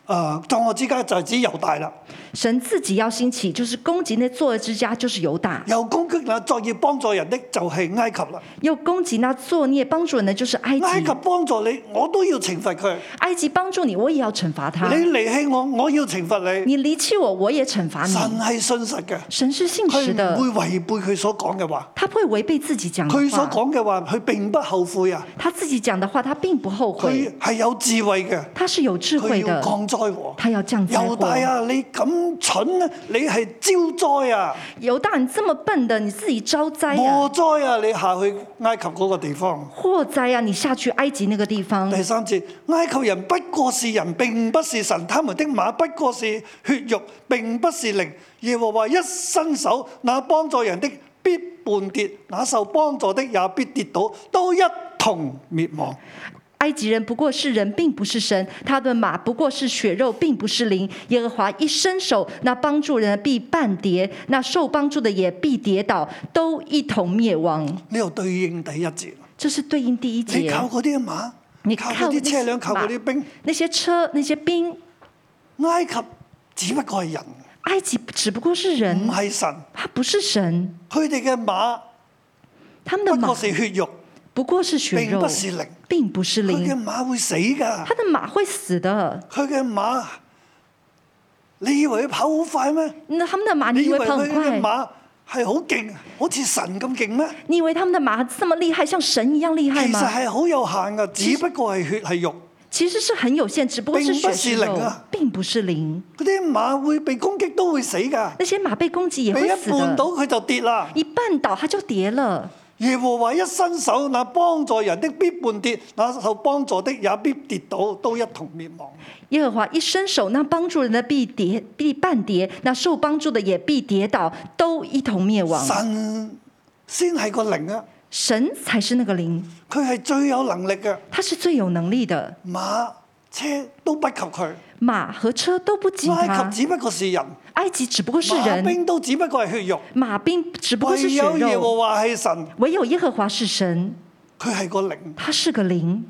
Speaker 2: 呃誒作惡之家，就係指猶大啦，
Speaker 3: 神自己要兴起，就是攻击那作恶之家，就是犹大；
Speaker 2: 又攻擊那作孽幫助人的，就係埃及啦。
Speaker 3: 又攻击那作孽帮助人的，就是埃
Speaker 2: 埃
Speaker 3: 及
Speaker 2: 及。幫助你，我都要懲罰佢。
Speaker 3: 埃及帮助你，我也要惩罚他；
Speaker 2: 你離棄我，我要懲罰你。
Speaker 3: 你离弃我，我也惩罚
Speaker 2: 神
Speaker 3: 你。
Speaker 2: 係信實嘅，
Speaker 3: 神嗯是信
Speaker 2: 佢
Speaker 3: 实的，
Speaker 2: 唔會違背佢所講嘅話。
Speaker 3: 他不会违背自己讲
Speaker 2: 佢
Speaker 3: 的
Speaker 2: 所
Speaker 3: 话。
Speaker 2: 講嘅話，佢並不後悔啊！
Speaker 3: 他自己讲的话，他并不后悔。
Speaker 2: 佢係有智慧嘅，
Speaker 3: 他是有智
Speaker 2: 佢
Speaker 3: 慧
Speaker 2: 要
Speaker 3: 的，
Speaker 2: 降災禍。
Speaker 3: 他要降灾
Speaker 2: 猶
Speaker 3: 祸。
Speaker 2: 大啊，你咁蠢啊，你係招災啊，
Speaker 3: 犹大，你这么笨的，你自己招灾哎呀、
Speaker 2: 禍災啊！你下去埃及嗰個地方。
Speaker 3: 祸灾啊呀、你下去埃及那个地方，
Speaker 2: 第三節，埃及人不過是人，並不是神；他們的馬不過是血肉，並不是靈。耶和華一伸手，那幫助人的必半跌，那受幫助的也必跌倒，都一同滅亡。
Speaker 3: 埃及人不过是人，并不是神；他的马不过是血肉，并不是灵。耶和华一伸手，那帮助人的必半跌，那受帮助的也必跌倒，都一同灭亡。
Speaker 2: 呢度對應第一節，
Speaker 3: 这是对应第一
Speaker 2: 你
Speaker 3: 节。
Speaker 2: 靠嗰啲啊馬，
Speaker 3: 啊你
Speaker 2: 靠
Speaker 3: 靠
Speaker 2: 嗰啲車輛，
Speaker 3: 嗰啲
Speaker 2: 靠嗰啲兵，
Speaker 3: 那些车、那些兵，
Speaker 2: 埃及只不過係人，
Speaker 3: 埃及只不过是
Speaker 2: 唔
Speaker 3: 人，
Speaker 2: 係神。
Speaker 3: 他不是神，
Speaker 2: 佢哋嘅馬
Speaker 3: 他们的
Speaker 2: 不
Speaker 3: 马
Speaker 2: 過是血肉，
Speaker 3: 不过是血
Speaker 2: 並
Speaker 3: 肉
Speaker 2: 不，是靈。
Speaker 3: 并不是
Speaker 2: 佢嘅
Speaker 3: 灵。
Speaker 2: 馬會死㗎。
Speaker 3: 他的马会死的。
Speaker 2: 佢嘅馬，你以為佢跑好快咩？
Speaker 3: 那他们的马，
Speaker 2: 啊你
Speaker 3: 你
Speaker 2: 以
Speaker 3: 以为
Speaker 2: 為
Speaker 3: 跑
Speaker 2: 佢
Speaker 3: 很
Speaker 2: 嘅
Speaker 3: 快？
Speaker 2: 馬係好勁，好似神咁勁咩？
Speaker 3: 你以为他们的马这么厉害，像神一样厉害
Speaker 2: 其實
Speaker 3: 吗？
Speaker 2: 係好有限噶，只不過係血係肉。
Speaker 3: 其实是很有限，只不过是血是
Speaker 2: 并不是
Speaker 3: 肉
Speaker 2: 零啊，
Speaker 3: 并不是零。
Speaker 2: 嗰啲馬會被攻擊都會死噶，
Speaker 3: 那些马被攻击也
Speaker 2: 俾
Speaker 3: 会
Speaker 2: 一
Speaker 3: 死
Speaker 2: 半到
Speaker 3: 的，
Speaker 2: 佢就跌啦。
Speaker 3: 一绊倒它就跌了。
Speaker 2: 耶和華一伸手，那幫助人的必半跌，那受幫助的也必跌倒，都一同滅亡。
Speaker 3: 耶和华一伸手，那帮助人的必跌，必半跌；那受帮助的也必跌倒，都一同灭亡。
Speaker 2: 神先係個靈啊，
Speaker 3: 神才是那个灵，
Speaker 2: 佢係最有能力嘅，
Speaker 3: 他是最有能力的，
Speaker 2: 馬車都不及佢。
Speaker 3: 马和车都不及
Speaker 2: 埃
Speaker 3: 他。
Speaker 2: 及只不過是人，
Speaker 3: 埃及只不过是
Speaker 2: 馬
Speaker 3: 人，
Speaker 2: 兵都只不過係血肉，
Speaker 3: 马兵只不过是
Speaker 2: 唯
Speaker 3: 血
Speaker 2: 有耶
Speaker 3: 肉，
Speaker 2: 和華係神，
Speaker 3: 唯有耶和華是神，
Speaker 2: 佢係個靈，
Speaker 3: 他是个灵，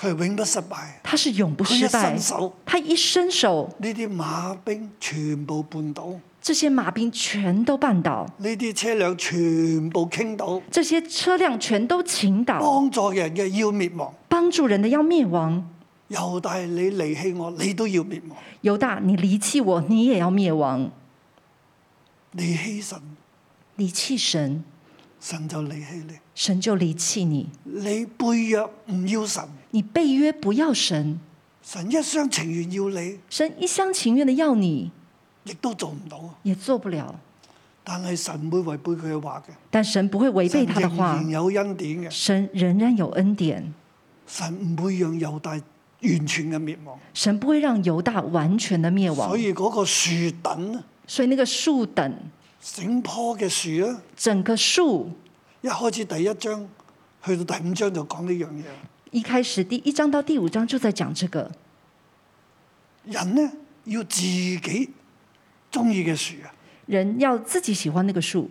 Speaker 2: 佢係永不失敗。
Speaker 3: 他是永不
Speaker 2: 佢一
Speaker 3: 失败
Speaker 2: 伸。手，
Speaker 3: 他一伸手，
Speaker 2: 呢啲馬兵全部絆倒，呢
Speaker 3: 这些马兵全都绊倒，
Speaker 2: 啲車輛全部傾倒，
Speaker 3: 这些车辆全都倾倒，
Speaker 2: 幫助人嘅要滅亡。
Speaker 3: 帮助人的要灭亡。
Speaker 2: 猶大你離棄我，你都要滅亡。
Speaker 3: 犹大，你离弃我，你也要灭亡。
Speaker 2: 離棄神，
Speaker 3: 离弃神，
Speaker 2: 神就離棄你。
Speaker 3: 神就离弃你。
Speaker 2: 你背約唔要神，
Speaker 3: 你背约不要神，
Speaker 2: 神一廂情願要你，
Speaker 3: 神一厢情愿的要你，
Speaker 2: 亦都做唔到。
Speaker 3: 也做不了。
Speaker 2: 但係神會違背佢嘅話嘅。
Speaker 3: 但神不会违背他的
Speaker 2: 神仍
Speaker 3: 话
Speaker 2: 然，有恩典嘅，
Speaker 3: 神仍然有恩典，
Speaker 2: 神唔會讓猶大完全嘅滅亡。
Speaker 3: 神不会让犹大完全的灭亡
Speaker 2: 所。以嗰個樹等啊，
Speaker 3: 所以那个树等
Speaker 2: 整棵嘅樹啊。
Speaker 3: 整个树，
Speaker 2: 一開始第一章去到第五章就講呢樣嘢。
Speaker 3: 一开始第一章到第五章就在讲这个
Speaker 2: 人呢要自己中意嘅樹啊，
Speaker 3: 人要自己喜欢那个树，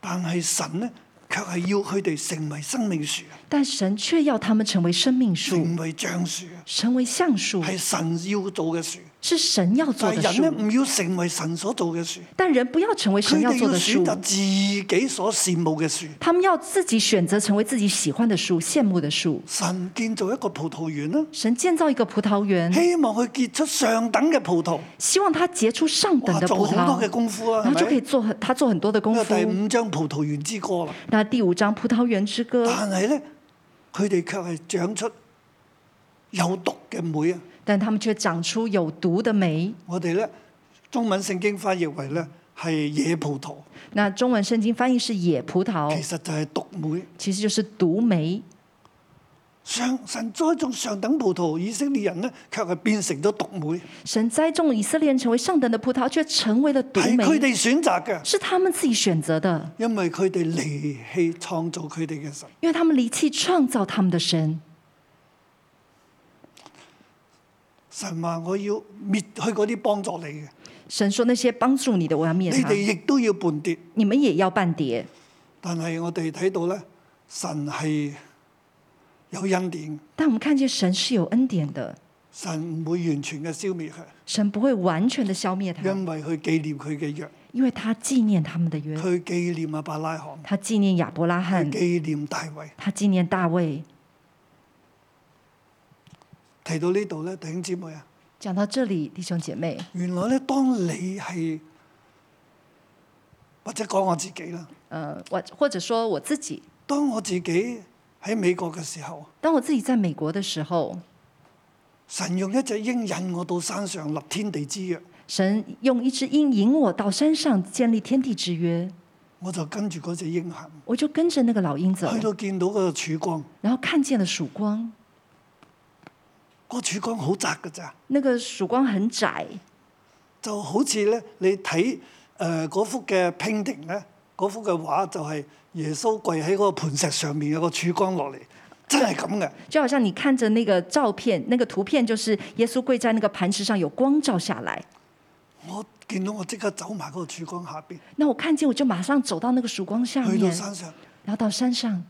Speaker 2: 但係神呢卻係要佢哋成為生命樹啊，
Speaker 3: 但神却要他们成为生命树，
Speaker 2: 成為橡樹啊，
Speaker 3: 成為橡树，
Speaker 2: 係神要做嘅樹。
Speaker 3: 是神要做
Speaker 2: 但
Speaker 3: 的嗯
Speaker 2: 係人呢
Speaker 3: 树。
Speaker 2: 唔要成為神所做嘅樹，
Speaker 3: 但人不要成为神
Speaker 2: 佢
Speaker 3: 要
Speaker 2: 哋
Speaker 3: 做
Speaker 2: 要
Speaker 3: 的
Speaker 2: 選
Speaker 3: 树，
Speaker 2: 擇自己所羨慕嘅樹。
Speaker 3: 他们要自己选择成为自己喜欢的树、羡慕的树。
Speaker 2: 神建造一個葡萄園啦，
Speaker 3: 神建造一个葡萄园，
Speaker 2: 希望佢結出上等嘅葡萄，
Speaker 3: 希望它结出上等
Speaker 2: 哇，
Speaker 3: 的
Speaker 2: 做
Speaker 3: 葡
Speaker 2: 好多嘅
Speaker 3: 萄，
Speaker 2: 功夫啦，啊
Speaker 3: 然后就可以
Speaker 2: 係咪？
Speaker 3: 做很他做很多的功
Speaker 2: 呢
Speaker 3: 夫
Speaker 2: 個。第五章葡萄園之歌啦。
Speaker 3: 那第五章《葡萄园之歌》，
Speaker 2: 但係咧，佢哋卻係長出有毒嘅梅啊！
Speaker 3: 但他们却长出有毒的梅。
Speaker 2: 我哋咧中文聖經翻譯為咧係野葡萄，
Speaker 3: 那中文圣经翻译是野葡
Speaker 2: 其
Speaker 3: 萄，
Speaker 2: 實就係毒梅。
Speaker 3: 其实就是毒梅。
Speaker 2: 上神栽種上等葡萄，以色列人咧卻係變成咗毒梅，
Speaker 3: 神栽种以色列人成为上等的葡萄，却成为了毒
Speaker 2: 係佢
Speaker 3: 梅，
Speaker 2: 哋選擇嘅，
Speaker 3: 是他们自己选择的，
Speaker 2: 因為佢哋離棄創造佢哋嘅神。
Speaker 3: 因为他们离弃创造他们的神。
Speaker 2: 神話我要滅去嗰啲幫助你嘅，
Speaker 3: 神说：“那些帮助你的，我要灭
Speaker 2: 你
Speaker 3: 他
Speaker 2: 哋；亦都要叛跌。
Speaker 3: 你们也要半跌。
Speaker 2: 但係我哋睇到咧，神係有恩典，”
Speaker 3: 但我们看见神是有恩典的，
Speaker 2: 神唔會完全嘅消滅佢。
Speaker 3: 神不会完全的消灭他，
Speaker 2: 因為佢紀念佢嘅約，
Speaker 3: 因为他纪念他们的约，
Speaker 2: 佢紀念阿伯拉罕，
Speaker 3: 他纪念亚伯拉
Speaker 2: 佢
Speaker 3: 罕，
Speaker 2: 紀念大衛。
Speaker 3: 他纪念大卫。
Speaker 2: 提到呢度咧，弟兄姊妹啊，
Speaker 3: 讲到这里，弟兄姐妹，
Speaker 2: 原來咧，當你係或者講我自己啦，
Speaker 3: 呃，我或者说我自己，
Speaker 2: 當我自己喺美國嘅時候，
Speaker 3: 当我自己在美國的时候，
Speaker 2: 神用一隻鷹引我到山上立天地之約，
Speaker 3: 神用一只鹰引我到山上建立天地之约，
Speaker 2: 我就跟住嗰隻鷹行，
Speaker 3: 我就跟着那个老鹰走
Speaker 2: 去，到見到個曙光，
Speaker 3: 然后看见了曙光。
Speaker 2: 個曙光好窄㗎咋，
Speaker 3: 那个曙光很窄，
Speaker 2: 就好似咧你睇誒嗰幅嘅 painting 咧，嗰幅嘅畫就係耶穌跪喺嗰個磐石上面有個曙光落嚟，真係咁嘅。
Speaker 3: 就好像你看着那个照片、那个图片，就是耶穌跪在那个磐石上，有光照下来。
Speaker 2: 我見到我即刻走埋嗰個曙光下邊，
Speaker 3: 那我看见，我就马上走到那个曙光下
Speaker 2: 去到
Speaker 3: 面，
Speaker 2: 山哎上，
Speaker 3: 然後到山上，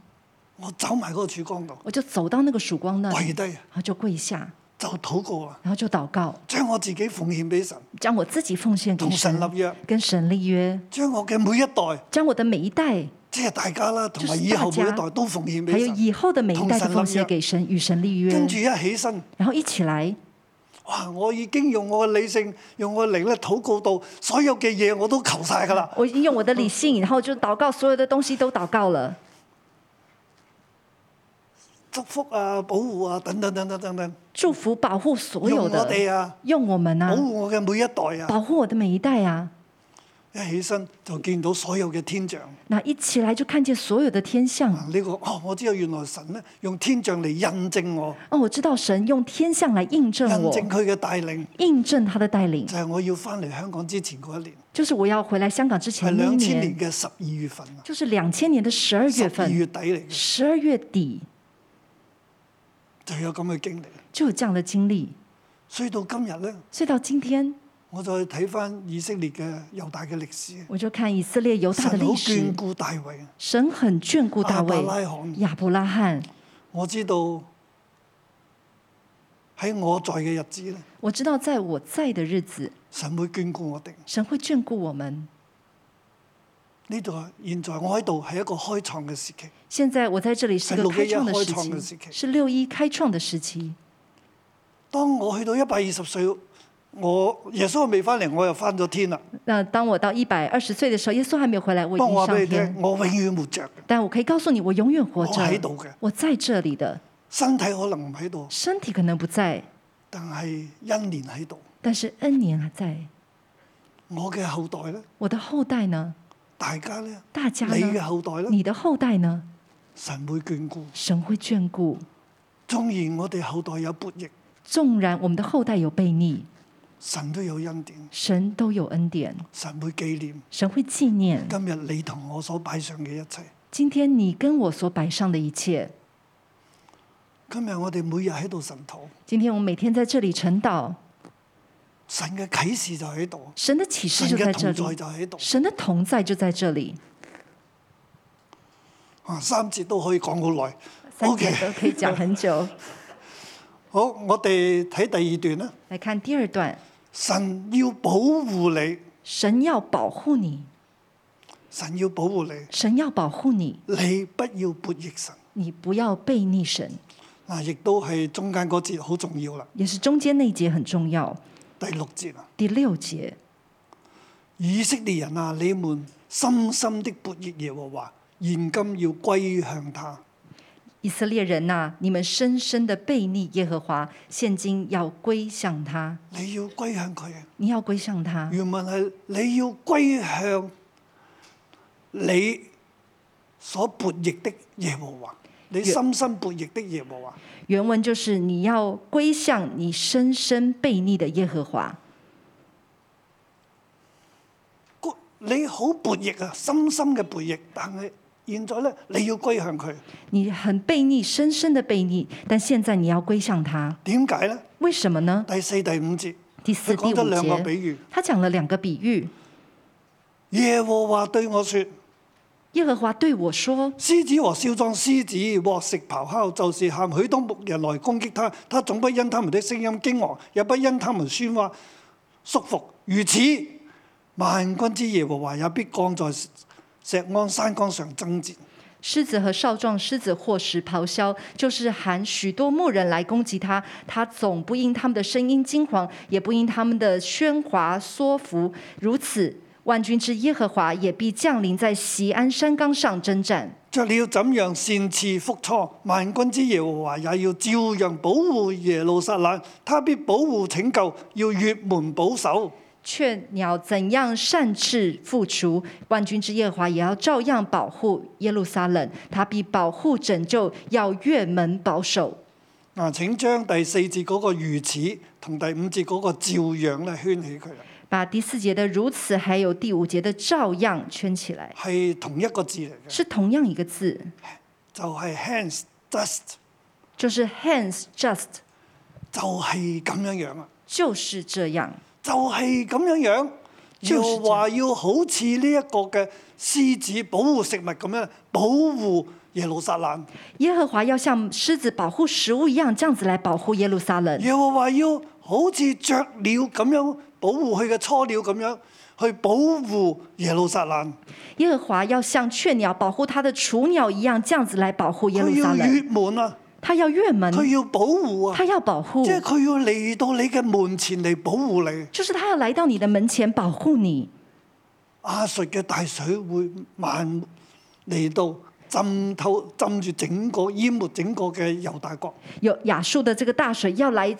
Speaker 2: 我走埋嗰個曙光度，
Speaker 3: 我就走到那个曙光那里，
Speaker 2: 跪低啊
Speaker 3: 然後就跪下，
Speaker 2: 就禱告啊，
Speaker 3: 然後就祷告，
Speaker 2: 將我自己奉獻俾神，
Speaker 3: 将我自己奉獻给
Speaker 2: 同神
Speaker 3: 神，
Speaker 2: 立約，
Speaker 3: 跟神立約，
Speaker 2: 將我嘅每一代，
Speaker 3: 将我的每一代
Speaker 2: 即係大家啦，同埋
Speaker 3: 就是
Speaker 2: 以後
Speaker 3: 大
Speaker 2: 每
Speaker 3: 家
Speaker 2: 一代都奉獻
Speaker 3: 还
Speaker 2: 俾
Speaker 3: 有
Speaker 2: 神。
Speaker 3: 以后的每一代都奉
Speaker 2: 同神立约
Speaker 3: 献给神，与神立约，
Speaker 2: 跟住一起身，
Speaker 3: 然后一起来。
Speaker 2: 哇！我已經用我嘅理性，用我嘅靈咧禱告到所有嘅嘢我都求晒㗎啦。
Speaker 3: 我已经用我的理性，然后就祷告，所有的东西都祷告了，
Speaker 2: 祝福啊、保護啊等等等等等等，
Speaker 3: 祝福保护所
Speaker 2: 用
Speaker 3: 有
Speaker 2: 我
Speaker 3: 的，
Speaker 2: 哋啊，
Speaker 3: 用我们
Speaker 2: 保
Speaker 3: 啊，
Speaker 2: 護我嘅每一代啊，
Speaker 3: 保护我的每一代啊。
Speaker 2: 一起身就見到所有嘅天象。
Speaker 3: 那一起來就看見所有的天象。
Speaker 2: 啊呢、個哦，我知道原來神咧用天象嚟印證我，
Speaker 3: 哦，我知道神用天象來印
Speaker 2: 印
Speaker 3: 證
Speaker 2: 證
Speaker 3: 我，
Speaker 2: 佢嘅帶領，
Speaker 3: 印證他的帶領
Speaker 2: 就。係、我要翻嚟香港之前嗰一年，
Speaker 3: 就是我要回來香港之
Speaker 2: 係
Speaker 3: 前那一
Speaker 2: 兩千
Speaker 3: 年
Speaker 2: 年，嘅十二月份啊，
Speaker 3: 就是兩千年的十二
Speaker 2: 十
Speaker 3: 月
Speaker 2: 二
Speaker 3: 份，
Speaker 2: 月底嚟嘅，
Speaker 3: 十二月底
Speaker 2: 就有咁嘅經歷。
Speaker 3: 就有這樣的經歷。
Speaker 2: 所以到今日咧，
Speaker 3: 所以到今天，
Speaker 2: 我再睇翻以色列嘅猶大嘅歷史，啊
Speaker 3: 我就看以色列猶
Speaker 2: 神
Speaker 3: 大的
Speaker 2: 好
Speaker 3: 歷史
Speaker 2: 眷，顧大衛，
Speaker 3: 神很眷顧大
Speaker 2: 亞伯
Speaker 3: 衛、
Speaker 2: 拉罕。
Speaker 3: 亞伯拉罕。
Speaker 2: 我知道喺我在嘅日子咧，
Speaker 3: 我知道在我在的日子，
Speaker 2: 神會眷顧我哋。
Speaker 3: 神會眷顧我們。
Speaker 2: 呢度啊，現在我喺度係一個開創嘅時期，
Speaker 3: 現在我在這裡是一個
Speaker 2: 是
Speaker 3: 開創
Speaker 2: 六一
Speaker 3: 的
Speaker 2: 一
Speaker 3: 時
Speaker 2: 開創的時
Speaker 3: 期
Speaker 2: 期，
Speaker 3: 是六一開創的時期。
Speaker 2: 當我去到一百二十歲，我耶穌未翻嚟，我又翻咗天啦。
Speaker 3: 那當我到一百二十歲的時候，耶穌還沒有回來，
Speaker 2: 不
Speaker 3: 我已
Speaker 2: 過我
Speaker 3: 經
Speaker 2: 話俾
Speaker 3: 上
Speaker 2: 你聽，
Speaker 3: 天。
Speaker 2: 我永遠活着嘅，
Speaker 3: 但我可以告訴你，我永遠活
Speaker 2: 我
Speaker 3: 着，
Speaker 2: 喺度嘅，
Speaker 3: 我在這裡的，
Speaker 2: 身體可能唔喺度，
Speaker 3: 身體可能不在，
Speaker 2: 但係恩年喺度。
Speaker 3: 但是恩年還在。
Speaker 2: 我嘅後代咧，
Speaker 3: 我的後代呢？
Speaker 2: 大家咧，
Speaker 3: 大家
Speaker 2: 你嘅
Speaker 3: 呢？
Speaker 2: 後代咧，
Speaker 3: 你的後代呢？
Speaker 2: 神會眷顧。
Speaker 3: 神會眷顧。
Speaker 2: 縱然我哋後代有悖逆，
Speaker 3: 縱然我們的後代有悖逆，
Speaker 2: 神都有恩典，
Speaker 3: 神都有恩典，
Speaker 2: 神會紀念
Speaker 3: 神會紀念
Speaker 2: 今日你同我所擺上嘅一切。
Speaker 3: 今天你跟我所擺上的一切。
Speaker 2: 今日我哋每日喺度神討，
Speaker 3: 今天我每天在這裡晨禱，
Speaker 2: 神嘅啟示就喺度，
Speaker 3: 神的啟
Speaker 2: 神
Speaker 3: 示就
Speaker 2: 嘅
Speaker 3: 在這
Speaker 2: 同在
Speaker 3: 裡，
Speaker 2: 就喺度。
Speaker 3: 神的同在就在這裡。
Speaker 2: 啊，三節都可以講好耐。
Speaker 3: 三
Speaker 2: O K，
Speaker 3: 節都可以講很久。
Speaker 2: 好，我哋睇第二段啦。
Speaker 3: 來看第二段，
Speaker 2: 神要保護你，
Speaker 3: 神要保護你，
Speaker 2: 神要保護你，
Speaker 3: 神要保護你，
Speaker 2: 你不要悖逆神。
Speaker 3: 你不要悖逆神。
Speaker 2: 嗱，亦都係中間嗰節好重要啦。
Speaker 3: 也是中間那一節很重要。
Speaker 2: 第六節啊，
Speaker 3: 第六節，
Speaker 2: 以色列人啊，你們深深的悖逆耶和華，現今要歸向他。
Speaker 3: 以色列人呐、你們深深的悖逆耶和華，現今要歸向他，
Speaker 2: 你要歸向佢啊！
Speaker 3: 你要歸向他。
Speaker 2: 原文係你要歸向你所悖逆的耶和華，你深深悖逆的耶和華。
Speaker 3: 原文就是你要歸向你深深悖逆的耶和華。
Speaker 2: 個你好悖逆啊，深深嘅悖逆，但係現在咧，你要歸向佢。
Speaker 3: 你很悖逆，深深的悖逆，但現在你要歸向他，
Speaker 2: 點解咧？
Speaker 3: 為什麼呢？
Speaker 2: 第四、第五節，
Speaker 3: 第
Speaker 2: 佢
Speaker 3: 四、第
Speaker 2: 講
Speaker 3: 五
Speaker 2: 咗兩個比
Speaker 3: 節，
Speaker 2: 喻。
Speaker 3: 他講了兩個比喻。
Speaker 2: 耶和華對我說：
Speaker 3: 耶和華對我說
Speaker 2: 獅子和少壯獅子和食咆哮，就是喊許多牧人來攻擊他，他總不因他們的聲音驚惶，也不因他們喧嘩束服。如此，萬軍之耶和華也必降在錫安山崗上爭戰。：“
Speaker 3: 獅子和少壯獅子或時咆哮，就是喊許多牧人來攻擊他。他總不因他們的聲音驚惶，也不因他們的喧哗縮服。如此，萬軍之耶和華也必降臨在錫安山崗上征戰。
Speaker 2: 着了怎樣善賜福初，萬軍之耶和華也要照樣保護耶路撒冷，他必保護拯救，要越門保守。
Speaker 3: 雀鳥怎樣擅翅覆雛，萬軍之耶和華也要照樣保護耶路撒冷。他必保護拯救，要越門保守。”
Speaker 2: 嗱，請將啊第四節嗰個如此同第五節嗰個照樣咧圈起佢啦，
Speaker 3: 把第四節的如此，還有第五節的照樣圈起來，
Speaker 2: 係同一個字嚟嘅，
Speaker 3: 是同樣一個字，
Speaker 2: 就係、hands dust，
Speaker 3: 就是 hence just
Speaker 2: 就係咁樣樣啊，
Speaker 3: 就是這樣，
Speaker 2: 就係、咁樣樣。
Speaker 3: 就
Speaker 2: 要
Speaker 3: 是
Speaker 2: 話要好似呢一個嘅獅子保護食物咁樣保護耶路撒冷。
Speaker 3: 耶和華要像獅子保護食物一樣，這樣子來保護耶路撒冷。
Speaker 2: 耶和華要好似雀鳥咁樣保護佢嘅初鳥咁樣去保護耶路撒冷，
Speaker 3: 耶和華要像雀鳥保護它的雛鳥一樣，這樣子來保護耶路
Speaker 2: 佢
Speaker 3: 撒
Speaker 2: 要越
Speaker 3: 冷。
Speaker 2: 門啊，
Speaker 3: 它要越門，
Speaker 2: 佢要保護啊
Speaker 3: 它，要保
Speaker 2: 即係
Speaker 3: 護，
Speaker 2: 佢要嚟到你嘅門前嚟保護你。
Speaker 3: 就是它要來到你的門前保護你。
Speaker 2: 亞述嘅大水會慢嚟到浸透浸住整個淹沒整個嘅猶大國，
Speaker 3: 有亞述的這個大水要來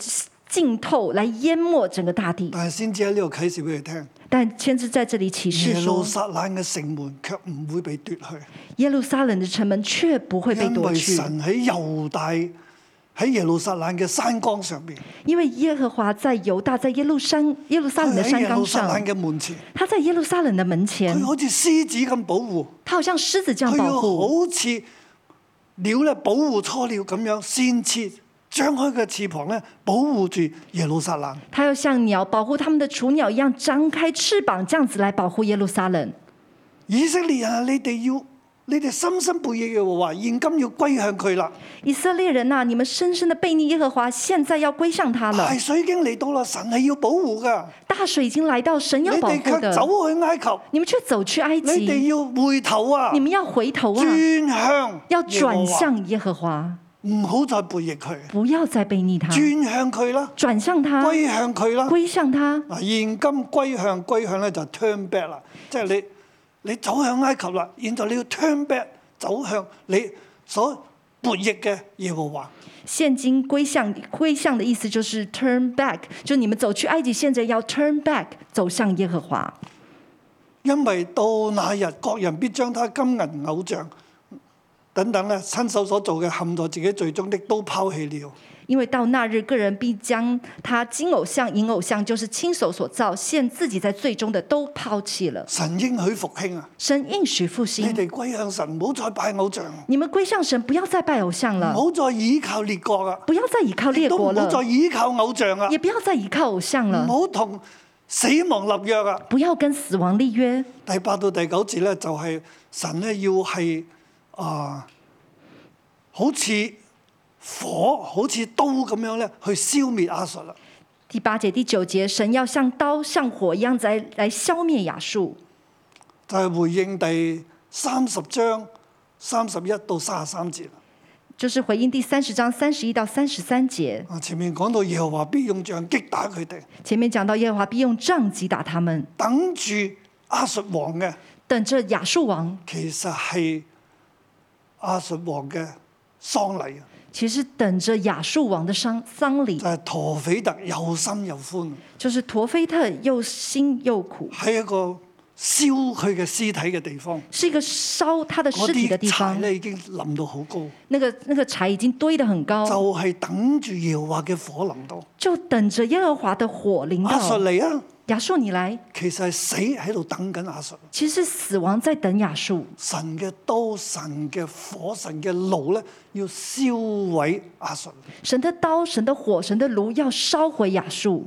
Speaker 3: 浸透，來淹沒整個大地，
Speaker 2: 但係先至喺呢度啟示俾佢聽，
Speaker 3: 但但先知在这里启示
Speaker 2: 耶路
Speaker 3: 说，
Speaker 2: 撒冷嘅城門卻唔會被奪去，
Speaker 3: 耶路撒冷的城门却不会被
Speaker 2: 因
Speaker 3: 夺
Speaker 2: 為
Speaker 3: 去，
Speaker 2: 神喺猶大喺耶路撒冷嘅山崗上面，
Speaker 3: 因为耶和华在犹大，在耶路山耶路撒冷
Speaker 2: 佢
Speaker 3: 的
Speaker 2: 喺
Speaker 3: 山
Speaker 2: 耶
Speaker 3: 岗
Speaker 2: 哎路撒冷哎
Speaker 3: 上，
Speaker 2: 嘅門前，
Speaker 3: 他在耶路撒冷的门前
Speaker 2: 佢，好似獅子咁保護，
Speaker 3: 他好像狮子这样
Speaker 2: 佢要
Speaker 3: 保护，
Speaker 2: 好似鳥咧保護初鳥咁樣，先切張開嘅翅膀咧保護住耶路撒冷。
Speaker 3: 他要像鸟保护他们的雏鸟一样张开翅膀，这样子来保护耶路撒冷。
Speaker 2: 以色列啊，你哋要你哋深深背逆嘅話，現今要歸向佢啦。
Speaker 3: 以色列人呐、你们深深的背逆耶和华，现在要归向他了
Speaker 2: 大。水已經嚟到啦，神係要保護噶，
Speaker 3: 大水已经来到，神
Speaker 2: 你
Speaker 3: 要保
Speaker 2: 哋
Speaker 3: 护
Speaker 2: 卻
Speaker 3: 的，
Speaker 2: 走去埃及。
Speaker 3: 你们却走去埃
Speaker 2: 你哋
Speaker 3: 及，
Speaker 2: 要回頭啊
Speaker 3: 你，们要回头啊，
Speaker 2: 轉向，
Speaker 3: 要转，向啊耶和华，
Speaker 2: 唔好再背逆佢，
Speaker 3: 不要再背逆他，
Speaker 2: 轉向佢啦，
Speaker 3: 转向他，
Speaker 2: 歸向佢啦。
Speaker 3: 啊归向他。
Speaker 2: 嗱，現今歸向歸向咧就 turn back 啦，即係你你走向埃及啦，現在你要 turn back 走向你所悖逆嘅耶和華。
Speaker 3: 现今归向归向的意思就是 turn back，就你们走去埃及，现在要 turn back 走向耶和华，
Speaker 2: 因為到那日，各人必將他金銀偶像等等咧，親手所做嘅陷在自己罪中的，都拋棄了。
Speaker 3: 因为到那日，个人必将他金偶像、银偶像，就是亲手所造，现自己在最终的都抛弃了。
Speaker 2: 神應許復興啊！
Speaker 3: 神应许复
Speaker 2: 你
Speaker 3: 兴，
Speaker 2: 哋歸向神，唔好再拜偶像，唔
Speaker 3: 你们归向神，不要再拜偶像了，
Speaker 2: 好再倚靠列國啊！
Speaker 3: 不要再倚靠列
Speaker 2: 都
Speaker 3: 国
Speaker 2: 唔好
Speaker 3: 了，
Speaker 2: 再倚靠偶像啊！
Speaker 3: 也不要再倚靠偶像
Speaker 2: 唔
Speaker 3: 了，
Speaker 2: 好同死亡立約啊！
Speaker 3: 不要跟死亡立约。
Speaker 2: 第八到第九節咧，就係、神咧要係啊、好似火，好似刀咁樣咧，去消滅亞述啦。啊
Speaker 3: 第八节、第九节，神要像刀、像火一样来来消灭亚述。
Speaker 2: 就係、回應第三十章三十一到三十三節啦。
Speaker 3: 就是回应第三十章三十一到三十三节，
Speaker 2: 啊，前面講到耶和華必用杖擊打佢哋，
Speaker 3: 前面讲到耶和华必用杖击打他们，
Speaker 2: 等住亞述王嘅
Speaker 3: 等着亚述王，
Speaker 2: 其實係亞述王嘅喪禮啊，
Speaker 3: 其实等着亚述王的丧丧礼
Speaker 2: 就，係、陀斐特又深又寬，
Speaker 3: 就是陀菲特又辛又苦，
Speaker 2: 啊喺一個燒佢嘅屍體嘅地方。
Speaker 3: 是一个烧他的
Speaker 2: 嗰
Speaker 3: 尸体的地
Speaker 2: 啲柴
Speaker 3: 方，
Speaker 2: 咧已經淋到好高，
Speaker 3: 那个那个柴已经堆得很高，
Speaker 2: 就係等住耶和華嘅火淋到。
Speaker 3: 就等着耶和华的火临
Speaker 2: 亞述
Speaker 3: 到。
Speaker 2: 嚟啊，
Speaker 3: 亚述你来，
Speaker 2: 其實係死喺度等緊亞述。
Speaker 3: 其实死亡在等亚述，
Speaker 2: 神嘅刀、神嘅火、神嘅怒咧，要燒毀亞述。
Speaker 3: 神的刀、神的火、神的炉要烧毁亚述。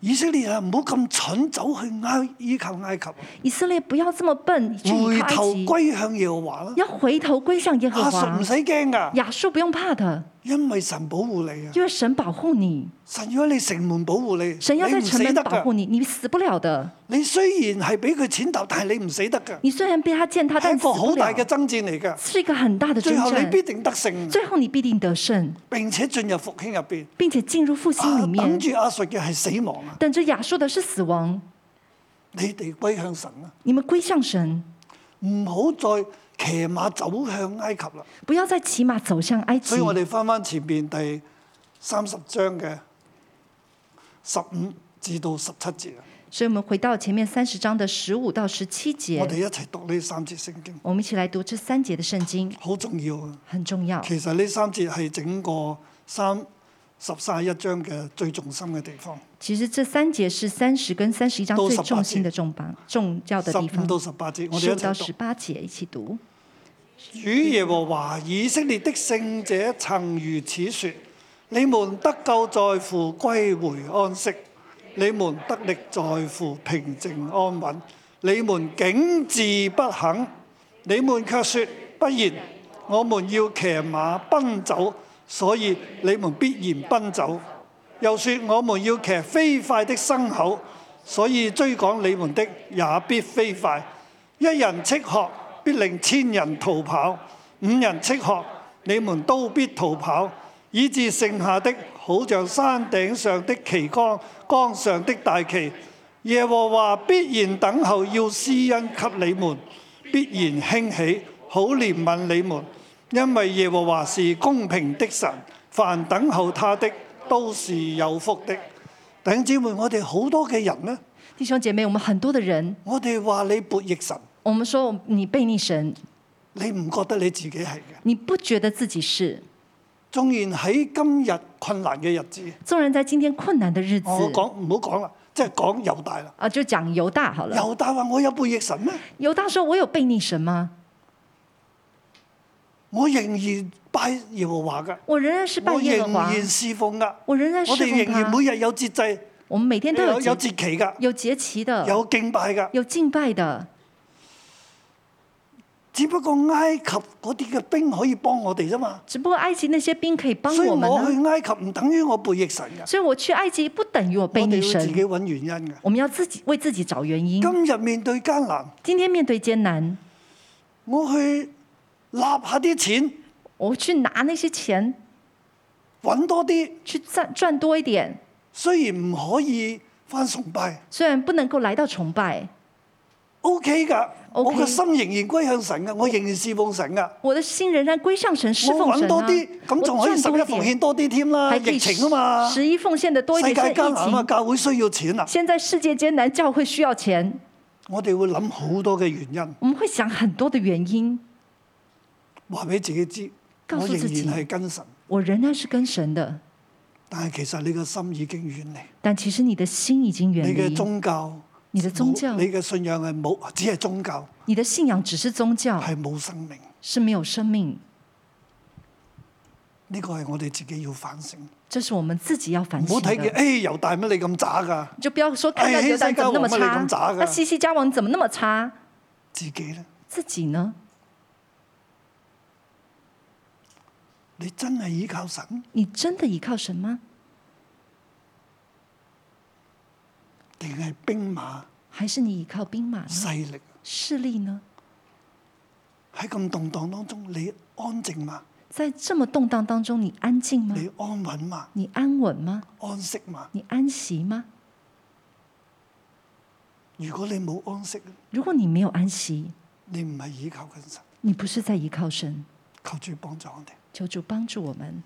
Speaker 2: 以色列啊，唔好咁蠢，走去埃依靠埃及啊，
Speaker 3: 以色列不要这么笨，去
Speaker 2: 回
Speaker 3: 依靠埃
Speaker 2: 頭
Speaker 3: 及。
Speaker 2: 歸向耶和華啦。
Speaker 3: 要回头归向耶和
Speaker 2: 亞述
Speaker 3: 华
Speaker 2: 唔。使驚㗎，
Speaker 3: 亚述不用怕的，
Speaker 2: 因為神保護你啊！
Speaker 3: 因为神保护你，
Speaker 2: 神要喺你城門保護你，
Speaker 3: 神要
Speaker 2: 你
Speaker 3: 在
Speaker 2: 唔
Speaker 3: 城
Speaker 2: 死
Speaker 3: 门
Speaker 2: 得
Speaker 3: 保护
Speaker 2: 㗎。
Speaker 3: 你，你死不了的。
Speaker 2: 你雖然係俾佢踐踏，但係你唔死得㗎，
Speaker 3: 你虽然被他践踏，
Speaker 2: 係
Speaker 3: 但
Speaker 2: 一
Speaker 3: 死
Speaker 2: 個
Speaker 3: 不
Speaker 2: 好大
Speaker 3: 了
Speaker 2: 嘅，爭戰嚟㗎。
Speaker 3: 是一个很大的征
Speaker 2: 最後你
Speaker 3: 战。
Speaker 2: 必定得勝，
Speaker 3: 最後你必定得胜，
Speaker 2: 並且進入復興入邊。
Speaker 3: 并且进入复兴
Speaker 2: 啊
Speaker 3: 里面
Speaker 2: 等。住阿述嘅係死亡啊！
Speaker 3: 等着亚述的是死亡，
Speaker 2: 你哋歸向神啊，
Speaker 3: 你们归向神，
Speaker 2: 唔好再騎馬走向埃及啦。
Speaker 3: 不要再骑马走向埃及
Speaker 2: 所以。我哋翻翻前邊第三十章嘅十五至到十七節啊，
Speaker 3: 所以我们回到前面三十章的十五到十七节
Speaker 2: 我，哋一齊讀呢三節聖經，
Speaker 3: 我们一起来讀这三节的圣经，
Speaker 2: 好重要啊！
Speaker 3: 很重要。
Speaker 2: 其實呢三節係整個三十三一章嘅最重心嘅地方，
Speaker 3: 其实这三节是三十跟三十一章
Speaker 2: 都
Speaker 3: 最
Speaker 2: 18
Speaker 3: 重心
Speaker 2: 节
Speaker 3: 的重磅重要的
Speaker 2: 十
Speaker 3: 地方
Speaker 2: 五。到十八節，我
Speaker 3: 十
Speaker 2: 哋
Speaker 3: 五
Speaker 2: 一
Speaker 3: 到
Speaker 2: 齊讀
Speaker 3: 十。八节一起读。
Speaker 2: 主耶和華以色列的聖者曾如此說：你們得救在乎歸回安息，你們得力在乎平靜安穩。你們竟自不肯，你們卻說：不然，我們要騎馬奔走，所以你們必然奔走。又說：我們要騎飛快的牲口，所以追趕你們的也必飛快。一人斥喝，必令千人逃跑；五人斥喝，你們都必逃跑。以致剩下的，好像山頂上的旗杆，江上的大旗。耶和華必然等候，要施恩給你們，必然興起，好憐憫你們，因為耶和華是公平的神，凡等候他的都是有福的。弟兄姊妹，我哋好多嘅人呢，
Speaker 3: 弟兄姐妹，我们很多的人，
Speaker 2: 我哋話你悖逆神，
Speaker 3: 我们说你背逆神，
Speaker 2: 你唔覺得你自己係嘅。
Speaker 3: 你不觉得自己是。
Speaker 2: 縱然喺今日困難嘅日子，
Speaker 3: 纵然在今天困难的日子，
Speaker 2: 我講唔好講啦，即係講猶大啦。
Speaker 3: 啊，就讲犹大好了。
Speaker 2: 猶大話我有悖逆神咩？
Speaker 3: 犹大说：“我有背逆神吗？
Speaker 2: 我仍然拜耶和華㗎，
Speaker 3: 我仍然是拜
Speaker 2: 我
Speaker 3: 耶
Speaker 2: 仍
Speaker 3: 和华，
Speaker 2: 然侍奉㗎，
Speaker 3: 我仍然
Speaker 2: 我
Speaker 3: 侍
Speaker 2: 哋
Speaker 3: 奉
Speaker 2: 仍然
Speaker 3: 他。
Speaker 2: 每日有節制，
Speaker 3: 我们每天都
Speaker 2: 有
Speaker 3: 有啊
Speaker 2: 有
Speaker 3: 节
Speaker 2: 節期㗎，
Speaker 3: 有节期的，
Speaker 2: 有敬拜㗎。
Speaker 3: 有敬拜的。
Speaker 2: 只不過埃及嗰啲嘅兵可以幫我哋啫嘛，
Speaker 3: 只不过埃及那些兵可以帮
Speaker 2: 所以
Speaker 3: 我啊们
Speaker 2: 我去埃
Speaker 3: 呢，
Speaker 2: 及唔等於我背逆神㗎，
Speaker 3: 所以我去埃及不等于我背
Speaker 2: 我哋
Speaker 3: 逆
Speaker 2: 要自
Speaker 3: 神。嗯
Speaker 2: 己揾原因㗎。
Speaker 3: 我们要自己为自己找原因。
Speaker 2: 今日面對艱難，
Speaker 3: 今天面对艰难，
Speaker 2: 我去立下啲錢，
Speaker 3: 我去拿那些钱
Speaker 2: 揾多啲，
Speaker 3: 去赚赚多一点，
Speaker 2: 雖然唔可以翻崇拜
Speaker 3: 虽然不能够来到崇拜，
Speaker 2: ，OK 㗎。
Speaker 3: OK
Speaker 2: 我個心仍然歸向神㗎，我仍然侍奉神㗎。
Speaker 3: 我的心仍然归向神，侍
Speaker 2: 我
Speaker 3: 奉神
Speaker 2: 揾多
Speaker 3: 啊
Speaker 2: 啲，。咁仲
Speaker 3: 我
Speaker 2: 可以
Speaker 3: 赚
Speaker 2: 十
Speaker 3: 多
Speaker 2: 一
Speaker 3: 一
Speaker 2: 奉
Speaker 3: 點，
Speaker 2: 獻多啲添啦。
Speaker 3: 还可
Speaker 2: 疫
Speaker 3: 以
Speaker 2: 情啊嘛，
Speaker 3: 十
Speaker 2: 世
Speaker 3: 一奉献的多一
Speaker 2: 界
Speaker 3: 点，是疫
Speaker 2: 艱難啊嘛，
Speaker 3: 情。
Speaker 2: 教會需要錢啊。
Speaker 3: 现在世界艰难，教会需要钱，
Speaker 2: 我哋會諗好多嘅原因，
Speaker 3: 我们会想很多的原因。
Speaker 2: 話俾自己知，
Speaker 3: 告
Speaker 2: 我
Speaker 3: 訴
Speaker 2: 仍然
Speaker 3: 自己
Speaker 2: 係跟神，
Speaker 3: 我仍然是跟神的，
Speaker 2: 但係其實你個心已經遠離，
Speaker 3: 但其实你的心已经远
Speaker 2: 你嘅
Speaker 3: 离
Speaker 2: 宗教。
Speaker 3: 你的宗教哦
Speaker 2: 冇你嘅信仰係冇，只係宗教，
Speaker 3: 你的信仰，只是宗教，
Speaker 2: 係冇生命。
Speaker 3: 是没有生命。
Speaker 2: 呢個係我哋自己要反省。
Speaker 3: 这是我们自己要
Speaker 2: 唔
Speaker 3: 反
Speaker 2: 好
Speaker 3: 省
Speaker 2: 睇見，
Speaker 3: 的。
Speaker 2: 誒猶大乜你咁渣㗎？
Speaker 3: 你就不要说看到
Speaker 2: 哎
Speaker 3: 犹大怎么那么
Speaker 2: 黑西家王乜你咁
Speaker 3: 差
Speaker 2: 渣，㗎
Speaker 3: 那西西家王怎么那么差？
Speaker 2: 自己咧，
Speaker 3: 自己呢？
Speaker 2: 你真係依靠神？
Speaker 3: 你真的依靠神吗？
Speaker 2: 定係兵馬
Speaker 3: 还是你依靠兵马呢？
Speaker 2: 勢力
Speaker 3: 势力呢？
Speaker 2: 喺咁動盪當中，你安靜嘛？
Speaker 3: 在这么动荡当中，你安静吗？
Speaker 2: 你安穩嘛？
Speaker 3: 你安稳吗？
Speaker 2: 安息嘛？
Speaker 3: 你安息吗？
Speaker 2: 如果你冇安息，
Speaker 3: 如果你没有安息，
Speaker 2: 你唔係依靠緊神。
Speaker 3: 你不是在依靠神，
Speaker 2: 求主幫助我哋。
Speaker 3: 求主帮助我们。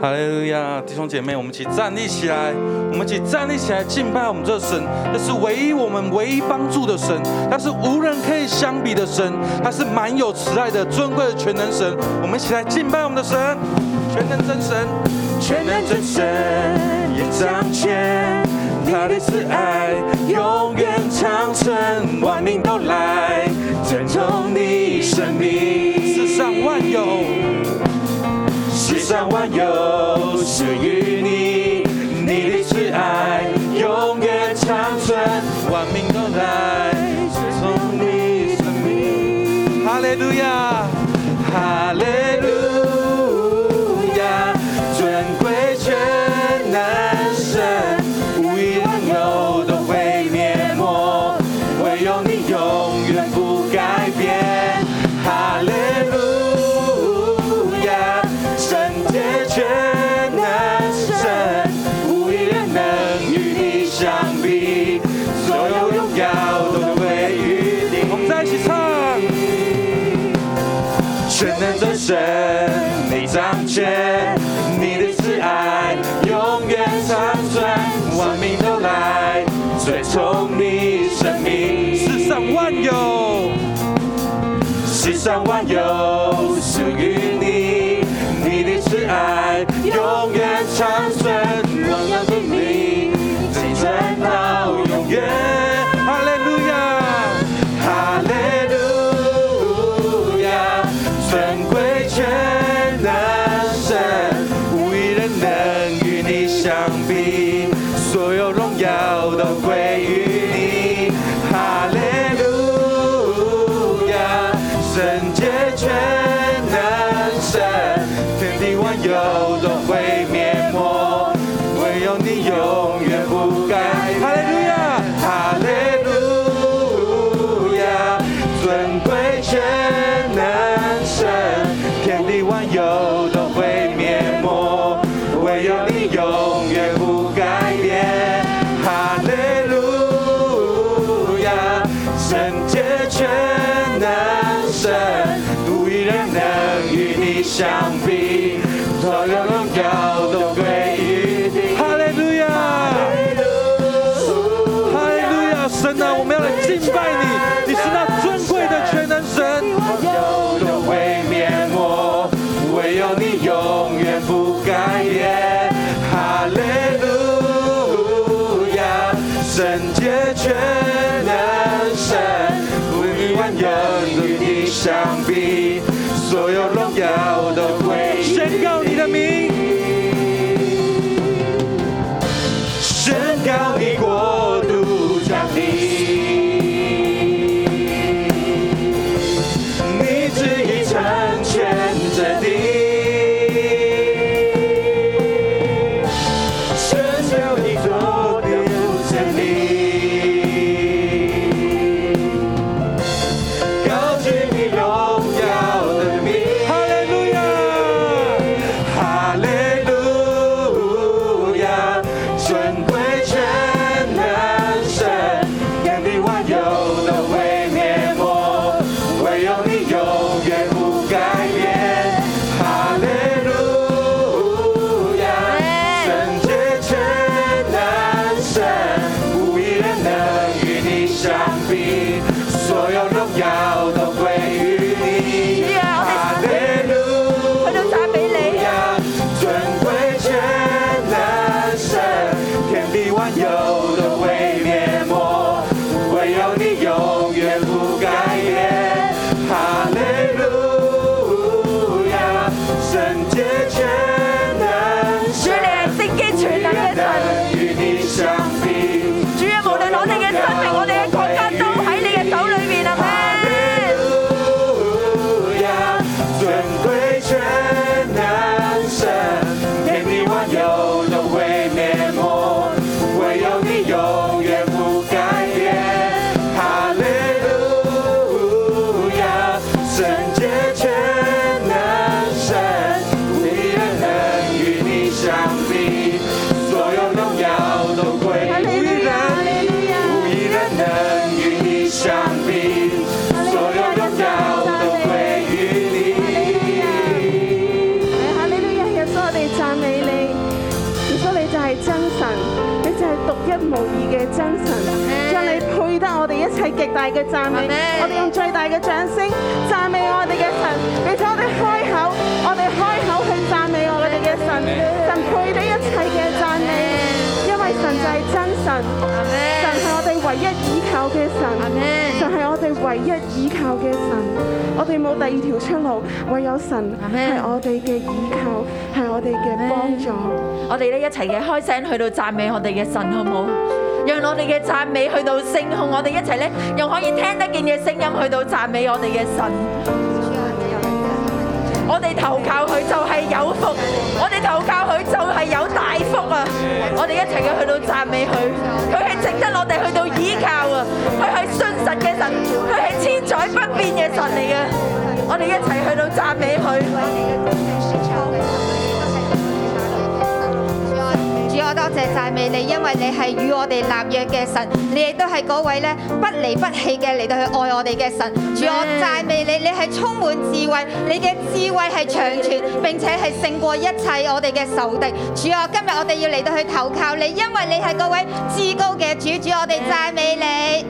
Speaker 4: 哈利路亚，弟兄姐妹，我们一起站立起来，我们一起站立起来敬拜我们这神，这是唯一我们唯一帮助的神，他是无人可以相比的神，他是满有慈爱的尊贵的全能神。我们一起来敬拜我们的神，全能真神，全能真神也掌权，他的慈爱永远长存，万民都来尊重你生命，世上万有。世上万有属于你，你的慈爱永远长存，万民都来随从你生命。哈利路亚，哈利路亚，尊贵全能神，无一万有都会灭没，唯有你永远不改变。哈利路亚，圣洁全能神，无一人能与你相比，所有荣耀都归于你。我们在一起唱。全能真神，你掌权，你的慈爱永远长存，万民都来追从你生命。世上万有。世上万有属于你，你的慈爱永远长存，荣耀给你，直存到永远。哈利路亚，哈利路亚，尊贵全能神，无一人能与你相比，所有荣耀都归于你。哈利路亚，圣洁全能神，天地万有都会灭没，唯有你永远不改变。哈利路亚，哈利路亚，尊贵全能神，天地万有都会灭没，唯有你永远不改变。哈利路亚，圣洁全能神，无一人能与你相比，所有荣耀都归于你。哈利路亚，哈
Speaker 5: 啊们要来敬拜你，你是那尊贵的全能神。
Speaker 4: 有的会灭没，唯有你永远不改变。哈利路亚，圣洁全能神，不与万有与你相比，所有荣耀都归于
Speaker 5: 宣告你的名，
Speaker 4: 宣告你国度降临，你旨意成全这地，宣告你做的真理，高举你荣耀的名。
Speaker 5: 哈利路亚。
Speaker 4: 哈利路亚，尊贵全能神，天地万有都会灭没，唯有你永远不改变。哈利路亚，圣洁全能神，无一人能与你相比，所有荣耀都归于你。哈利路
Speaker 6: 去到晒俾你啊！
Speaker 4: 亚，尊贵全能神，天地万有都会灭没，唯有你永远不改变。哈利路亚，圣洁全能
Speaker 6: 主
Speaker 4: 神，
Speaker 6: 你係聖潔全能嘅神，
Speaker 4: 能与你相比。
Speaker 6: 主啊，無論我哋嘅生命，我哋嘅國家都喺你嘅手裏面啊！咩？
Speaker 4: 路亚，尊贵全能神，天地万有都会灭没，唯有你永远不改变。哈利路亚，圣洁全能神，无一人能与你相比，所有荣耀都归于人，无一人能与你相比。所有荣耀都归于你。
Speaker 7: 哈利路亞！耶穌，我哋讚美你，耶穌你就係真神，你就係獨一無二嘅真神，讓你配得我哋一切極大嘅讚美。我哋用最大嘅掌聲讚美我哋嘅神，並且我哋開口，我哋開口去讚美我哋嘅神，神配得一切嘅讚美，因為神就係真神，神係我哋唯一依靠嘅神，神係我哋唯一依靠嘅神，我哋冇第二條出路，唯有神係我哋嘅依靠，係我哋嘅幫助。
Speaker 6: 我哋咧一齊嘅開聲去到讚美我哋嘅神，好唔好？讓我哋嘅讚美去到聲控，我哋一齊咧用可以聽得見嘅聲音去到讚美我哋嘅神。我哋投靠佢就係有福，我哋投靠佢就係有大福啊！我哋一齊嘅去到讚美佢，佢係值得我哋去到依靠啊！佢係信實嘅神，佢係千載不變嘅神嚟嘅。我哋一齊去到讚美
Speaker 8: 啊
Speaker 6: 佢。
Speaker 8: 主，我多謝讚美你，因為你係與我哋立約嘅神，你亦都係嗰位咧不離不棄嘅嚟到去愛我哋嘅神。主，啊我讚美你，你係充滿智慧，你嘅智慧係長存，並且係勝過一切我哋嘅仇敵。主啊，今日我哋要嚟到去投靠你，因為你係嗰位至高嘅主。主，啊我哋讚美你。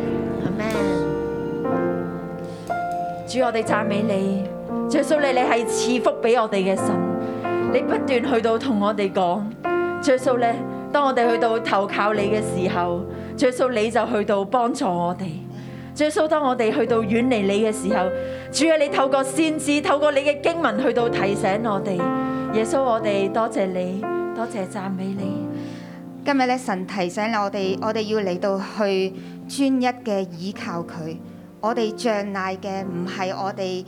Speaker 6: 主，我哋讚美你，主耶穌你你係賜福俾我哋嘅神，你不斷去到同我哋講，主耶穌咧，當我哋去到投靠你嘅時候，主耶穌你就去到幫助我哋。主耶穌，當我哋去到遠離你嘅時候，主啊，你透過先知，透過你嘅經文去到提醒我哋。耶穌，我哋多謝你，多謝讚美你。
Speaker 8: 今日咧，神提醒我哋，我哋要嚟到去專一嘅倚靠佢。我哋仗賴嘅唔係我哋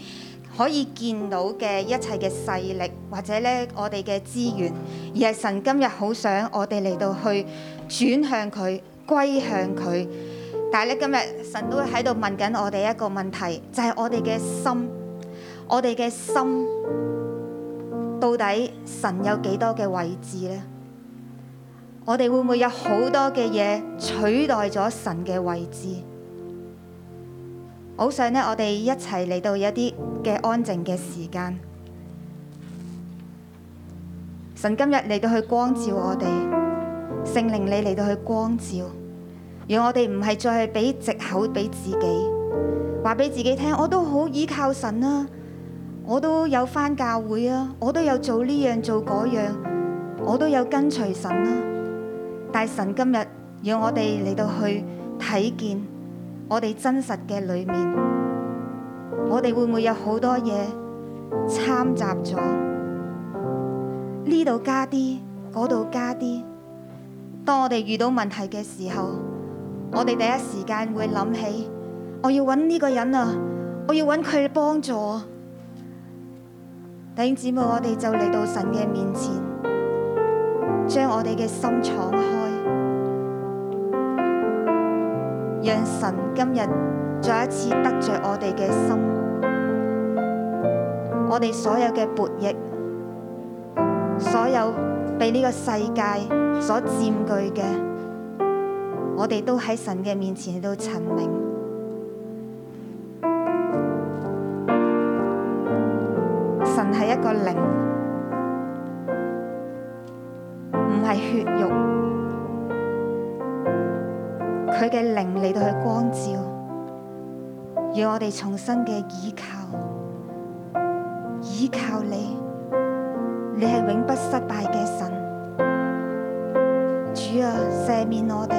Speaker 8: 可以見到嘅一切嘅勢力，或者咧我哋嘅資源，而係神今日好想我哋嚟到去轉向佢，歸向佢。但係咧，今日神都喺度問緊我哋一個問題，就係、我哋嘅心，我哋嘅心到底神有幾多嘅位置呢？我哋會唔會有好多嘅嘢取代咗神嘅位置？好想呢，我哋一齊嚟到一啲嘅安靜嘅時間。神今日嚟到去光照我哋，聖靈你嚟到去光照，让我哋唔系再去俾藉口俾自己，话俾自己听，我都好依靠神啊，我都有翻教会啊，我都有做呢样做嗰样，我都有跟随神啊。但系神今日让我哋嚟到去睇见我哋真实嘅里面，我哋会唔会有好多嘢掺杂咗？呢度加啲，嗰度加啲。當我哋遇到問題嘅時候，我哋第一時間會諗起，我要揾呢個人啊，我要揾佢幫助啊。弟兄姊妹，我哋就嚟到神嘅面前，將我哋嘅心敞開，讓神今日再一次得着我哋嘅心，我哋所有嘅悖逆。所有被呢個世界所佔據嘅，我哋都喺神嘅面前嚟到陳明。神係一個靈，唔係血肉，佢嘅靈嚟到去光照，要我哋重新嘅倚靠，倚靠你。你係永不失敗嘅神。主啊，赦免我哋，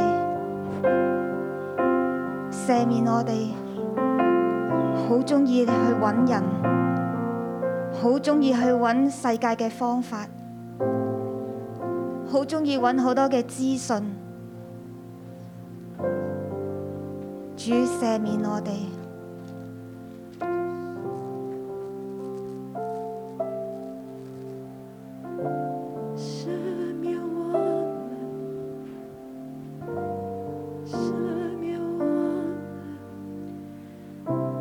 Speaker 8: 赦免我哋，好中意去揾人，好中意去揾世界嘅方法，好中意揾好多嘅資訊。主赦免我哋。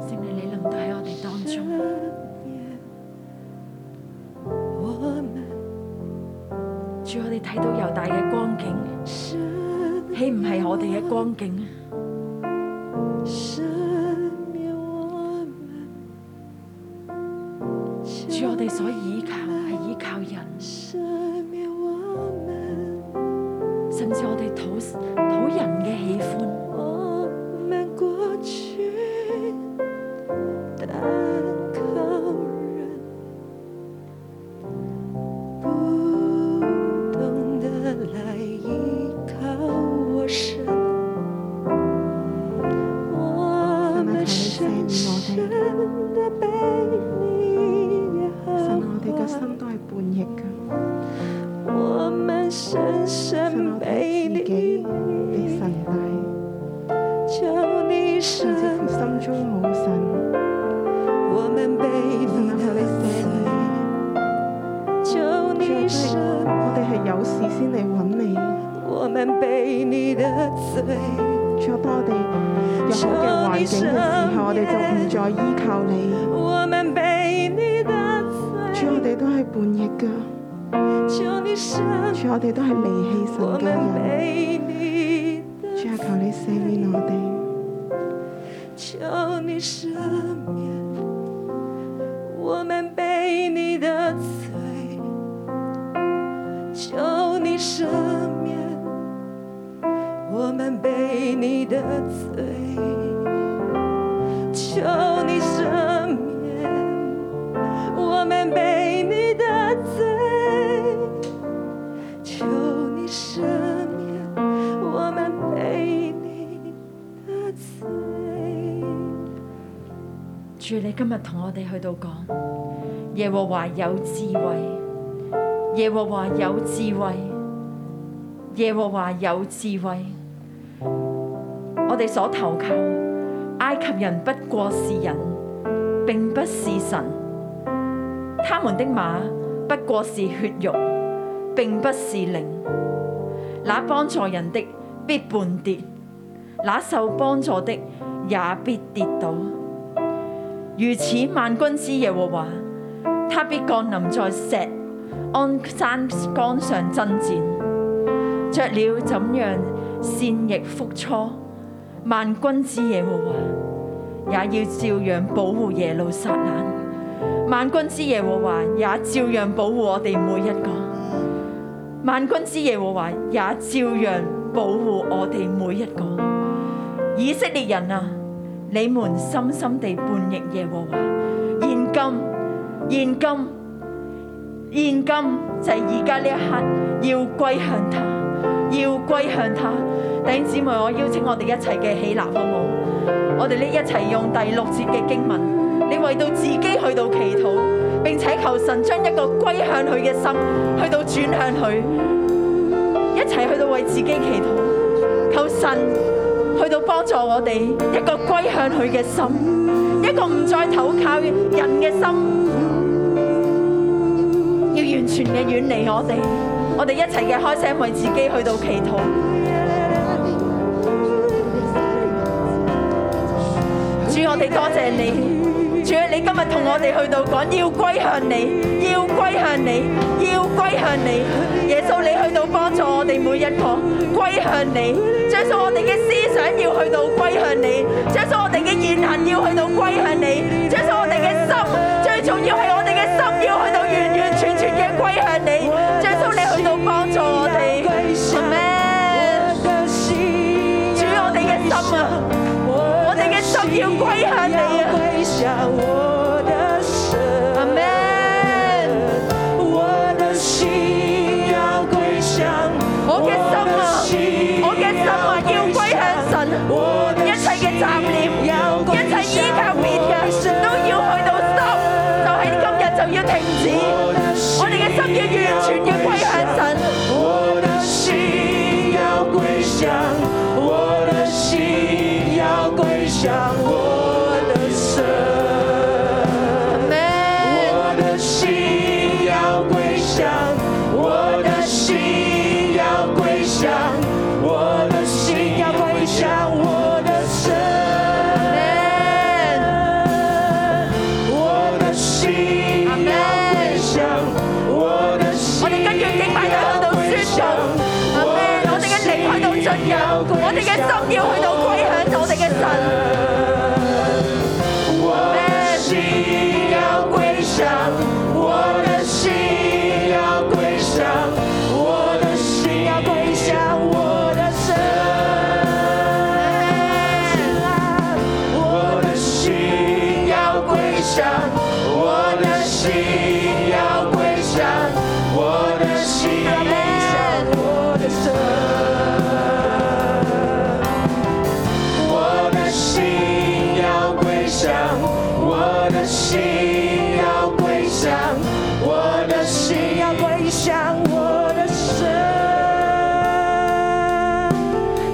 Speaker 6: 圣灵，你临到喺我哋当中。主，我哋睇到猶大嘅光景，岂唔係我哋嘅光景啊？主，我哋所倚靠係倚靠人，甚至我哋討討人嘅喜歡。
Speaker 4: 我们深深的被你也恨
Speaker 7: 神啊，我哋嘅心都係叛逆嘅，
Speaker 4: 我们深
Speaker 7: 神啊
Speaker 4: 深
Speaker 7: 我哋
Speaker 4: 被
Speaker 7: 自己
Speaker 4: 你
Speaker 7: 被神拜，
Speaker 4: 求你
Speaker 7: 甚至
Speaker 4: 神，
Speaker 7: 乎心中冇神，
Speaker 4: 我们被
Speaker 7: 神
Speaker 4: 你
Speaker 7: 啊，我哋赦免
Speaker 4: 的罪，求你神，
Speaker 7: 我哋係有事先嚟揾你，
Speaker 4: 我们被你的罪，
Speaker 7: 仲有當我哋有好嘅環境嘅時候，我哋就唔再依靠你，
Speaker 4: 我们被你的
Speaker 7: 主我
Speaker 4: 罪，
Speaker 7: 哋都係叛逆嘅，
Speaker 4: 求你神，
Speaker 7: 主我哋都係離棄神
Speaker 4: 我
Speaker 7: 嘅
Speaker 4: 们
Speaker 7: 人，
Speaker 4: 被你的
Speaker 7: 主啊，求你赦免我哋，
Speaker 4: 求你赦免我们被你的罪，求你赦免我们被你的罪，求你赦免我们被你的罪，求你赦免我们被你的罪。
Speaker 6: 主，你今日同我哋去到講，耶和華有智慧，耶和華有智慧，耶和華有智慧。我哋所投靠埃及人不過是人，並不是神。他們的馬不過是血肉，並不是靈。那幫助人的必半跌，那受幫助的也必跌倒。如此萬軍之耶和華，他必降臨在石安山崗上爭戰。雀鳥怎樣善翼復初，萬軍之耶和華也要照樣保護耶路撒冷。萬軍之耶和華也照樣保護我哋每一個。萬軍之耶和華也照樣保護我哋每一個。以色列人啊，你们深深地叛逆耶和華。現今，現今，現今就係而家呢一刻，要歸向他，要歸向他。弟兄姊妹，我邀請我哋一齊嘅起立，好冇？我哋呢一齊用第六節嘅經文，你為到自己去到祈禱，並且求神將一個歸向佢嘅心，去到轉向佢，一齊去到為自己祈禱，求神。去到幫助我哋一個歸向佢嘅心，一個唔再投靠人嘅心，要完全嘅遠離我哋。我哋一齊嘅開聲為自己去到祈禱。主，我哋多謝你，主，你今日同我哋去到講要歸向你，要歸向你，要歸向你。耶穌，你去到幫助我哋每一個歸向你，將數我哋嘅思想要去到歸向你，將數我哋嘅言行要去到歸向你，將數我哋嘅心，最重要係我哋嘅心要去到完完全全嘅歸向你，將數你去到幫助我哋。阿門。主，我哋嘅心啊！我哋嘅心要歸向你啊！阿門。我嘅心啊，我嘅心啊，要歸向神，一切嘅雜念，一切依靠別嘅，都要去到心，就喺今日就要停止。我哋嘅心要完全嘅歸向神。
Speaker 4: 我的心要归向，我的心要归向我的神。我的心要归向，我的心要归向，我的心要归向我的神。我的心要归向，我的心。
Speaker 6: 我哋跟住敬拜隊去到宣告，阿咩？我哋嘅靈去到進入，我哋嘅心要去到歸向我哋嘅神。
Speaker 4: 我的心要归向，我的心要归向，我的心要归向我的神。我的心要归向，我的心要归向，我的心要归向我的神。我的心要归向，我的心要归向，我的心要归向我的神。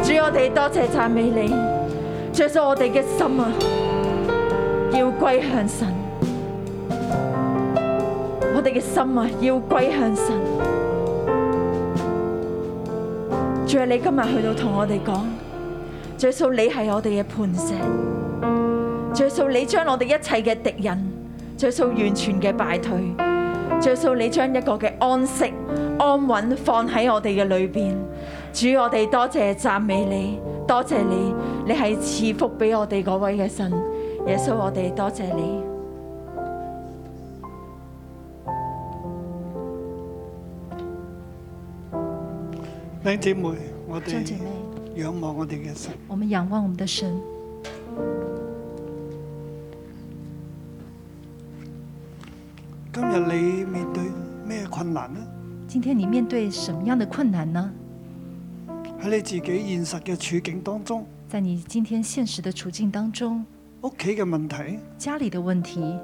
Speaker 6: 主，我哋多謝讚美你，著咗我哋嘅心啊，要歸向神。我哋嘅心啊，要歸向神。主啊，你今日去到同我哋講，最數你係我哋嘅磐石，最數你將我哋一切嘅敵人，最數完全嘅敗退，最數你將一個嘅安息、安穩放喺我哋嘅裏邊。主，我哋多謝讚美你，多謝你，你係賜福俾我哋嗰位嘅神，耶穌，我哋多謝你。
Speaker 2: 弟兄姊妹，我
Speaker 3: 弟兄姐
Speaker 2: 哋
Speaker 3: 妹
Speaker 2: 仰望我哋嘅神，
Speaker 3: 我们仰望我们的神，
Speaker 2: 今日你面對咩困難呢？
Speaker 3: 今天你面对什么样的困難呢？
Speaker 2: 喺你自己現實嘅處境當中，
Speaker 3: 在你今天现实的处境当中，
Speaker 2: 屋企嘅問題、
Speaker 3: 家里的問題、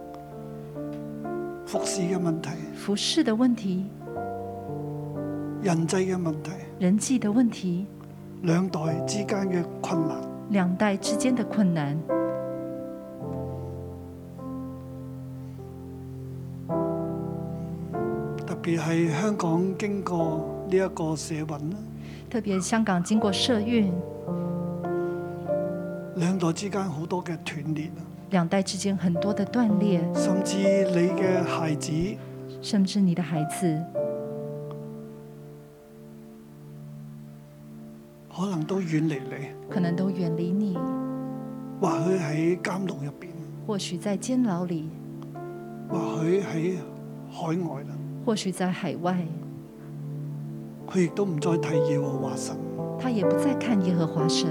Speaker 2: 服侍嘅問題、
Speaker 3: 服侍的問題、
Speaker 2: 人際嘅問題，
Speaker 3: 人際的問題、
Speaker 2: 兩代之間嘅困難。
Speaker 3: 兩代之間的困難，
Speaker 2: 特別係香港經過呢一個社運啦，
Speaker 3: 特別香港經過社運，
Speaker 2: 兩代之間好多嘅斷裂啊，
Speaker 3: 兩代之間很多的斷裂，
Speaker 2: 甚至你嘅孩子
Speaker 3: 甚至你的孩子
Speaker 2: 可能都遠離你，
Speaker 3: 可能都遠離你，
Speaker 2: 或許喺監牢入邊，
Speaker 3: 或許在監牢裡，
Speaker 2: 或許喺海外啦，
Speaker 3: 或許在海外，
Speaker 2: 佢亦都唔再提耶和華神，
Speaker 3: 他也不再看耶和華神，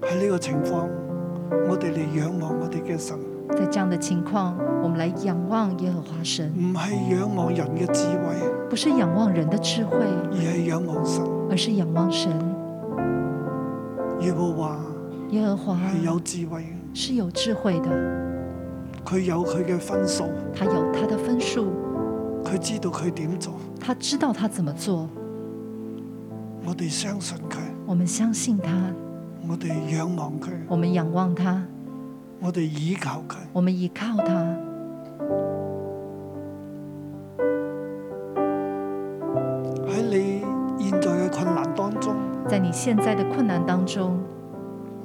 Speaker 2: 喺呢個情況，我哋嚟仰望我哋嘅神，唔
Speaker 3: 在这样的情况，我们来仰望耶和华神，
Speaker 2: 係仰望人嘅智慧，
Speaker 3: 不是仰望人的智慧，
Speaker 2: 而係仰望神。
Speaker 3: 而是仰望神。
Speaker 2: 耶和華
Speaker 3: 耶和华
Speaker 2: 係有智慧嘅，
Speaker 3: 是有智慧的，
Speaker 2: 佢有佢嘅分數，
Speaker 3: 他有他的分数，
Speaker 2: 佢知道佢點做。
Speaker 3: 他知道他怎么做。
Speaker 2: 我哋相信佢，
Speaker 3: 我们相信他，
Speaker 2: 我哋仰望佢，
Speaker 3: 我们仰望他，
Speaker 2: 我哋倚靠佢。
Speaker 3: 我们依靠他。
Speaker 2: 喺你現在嘅困難當中，
Speaker 3: 在你现在的困難当中，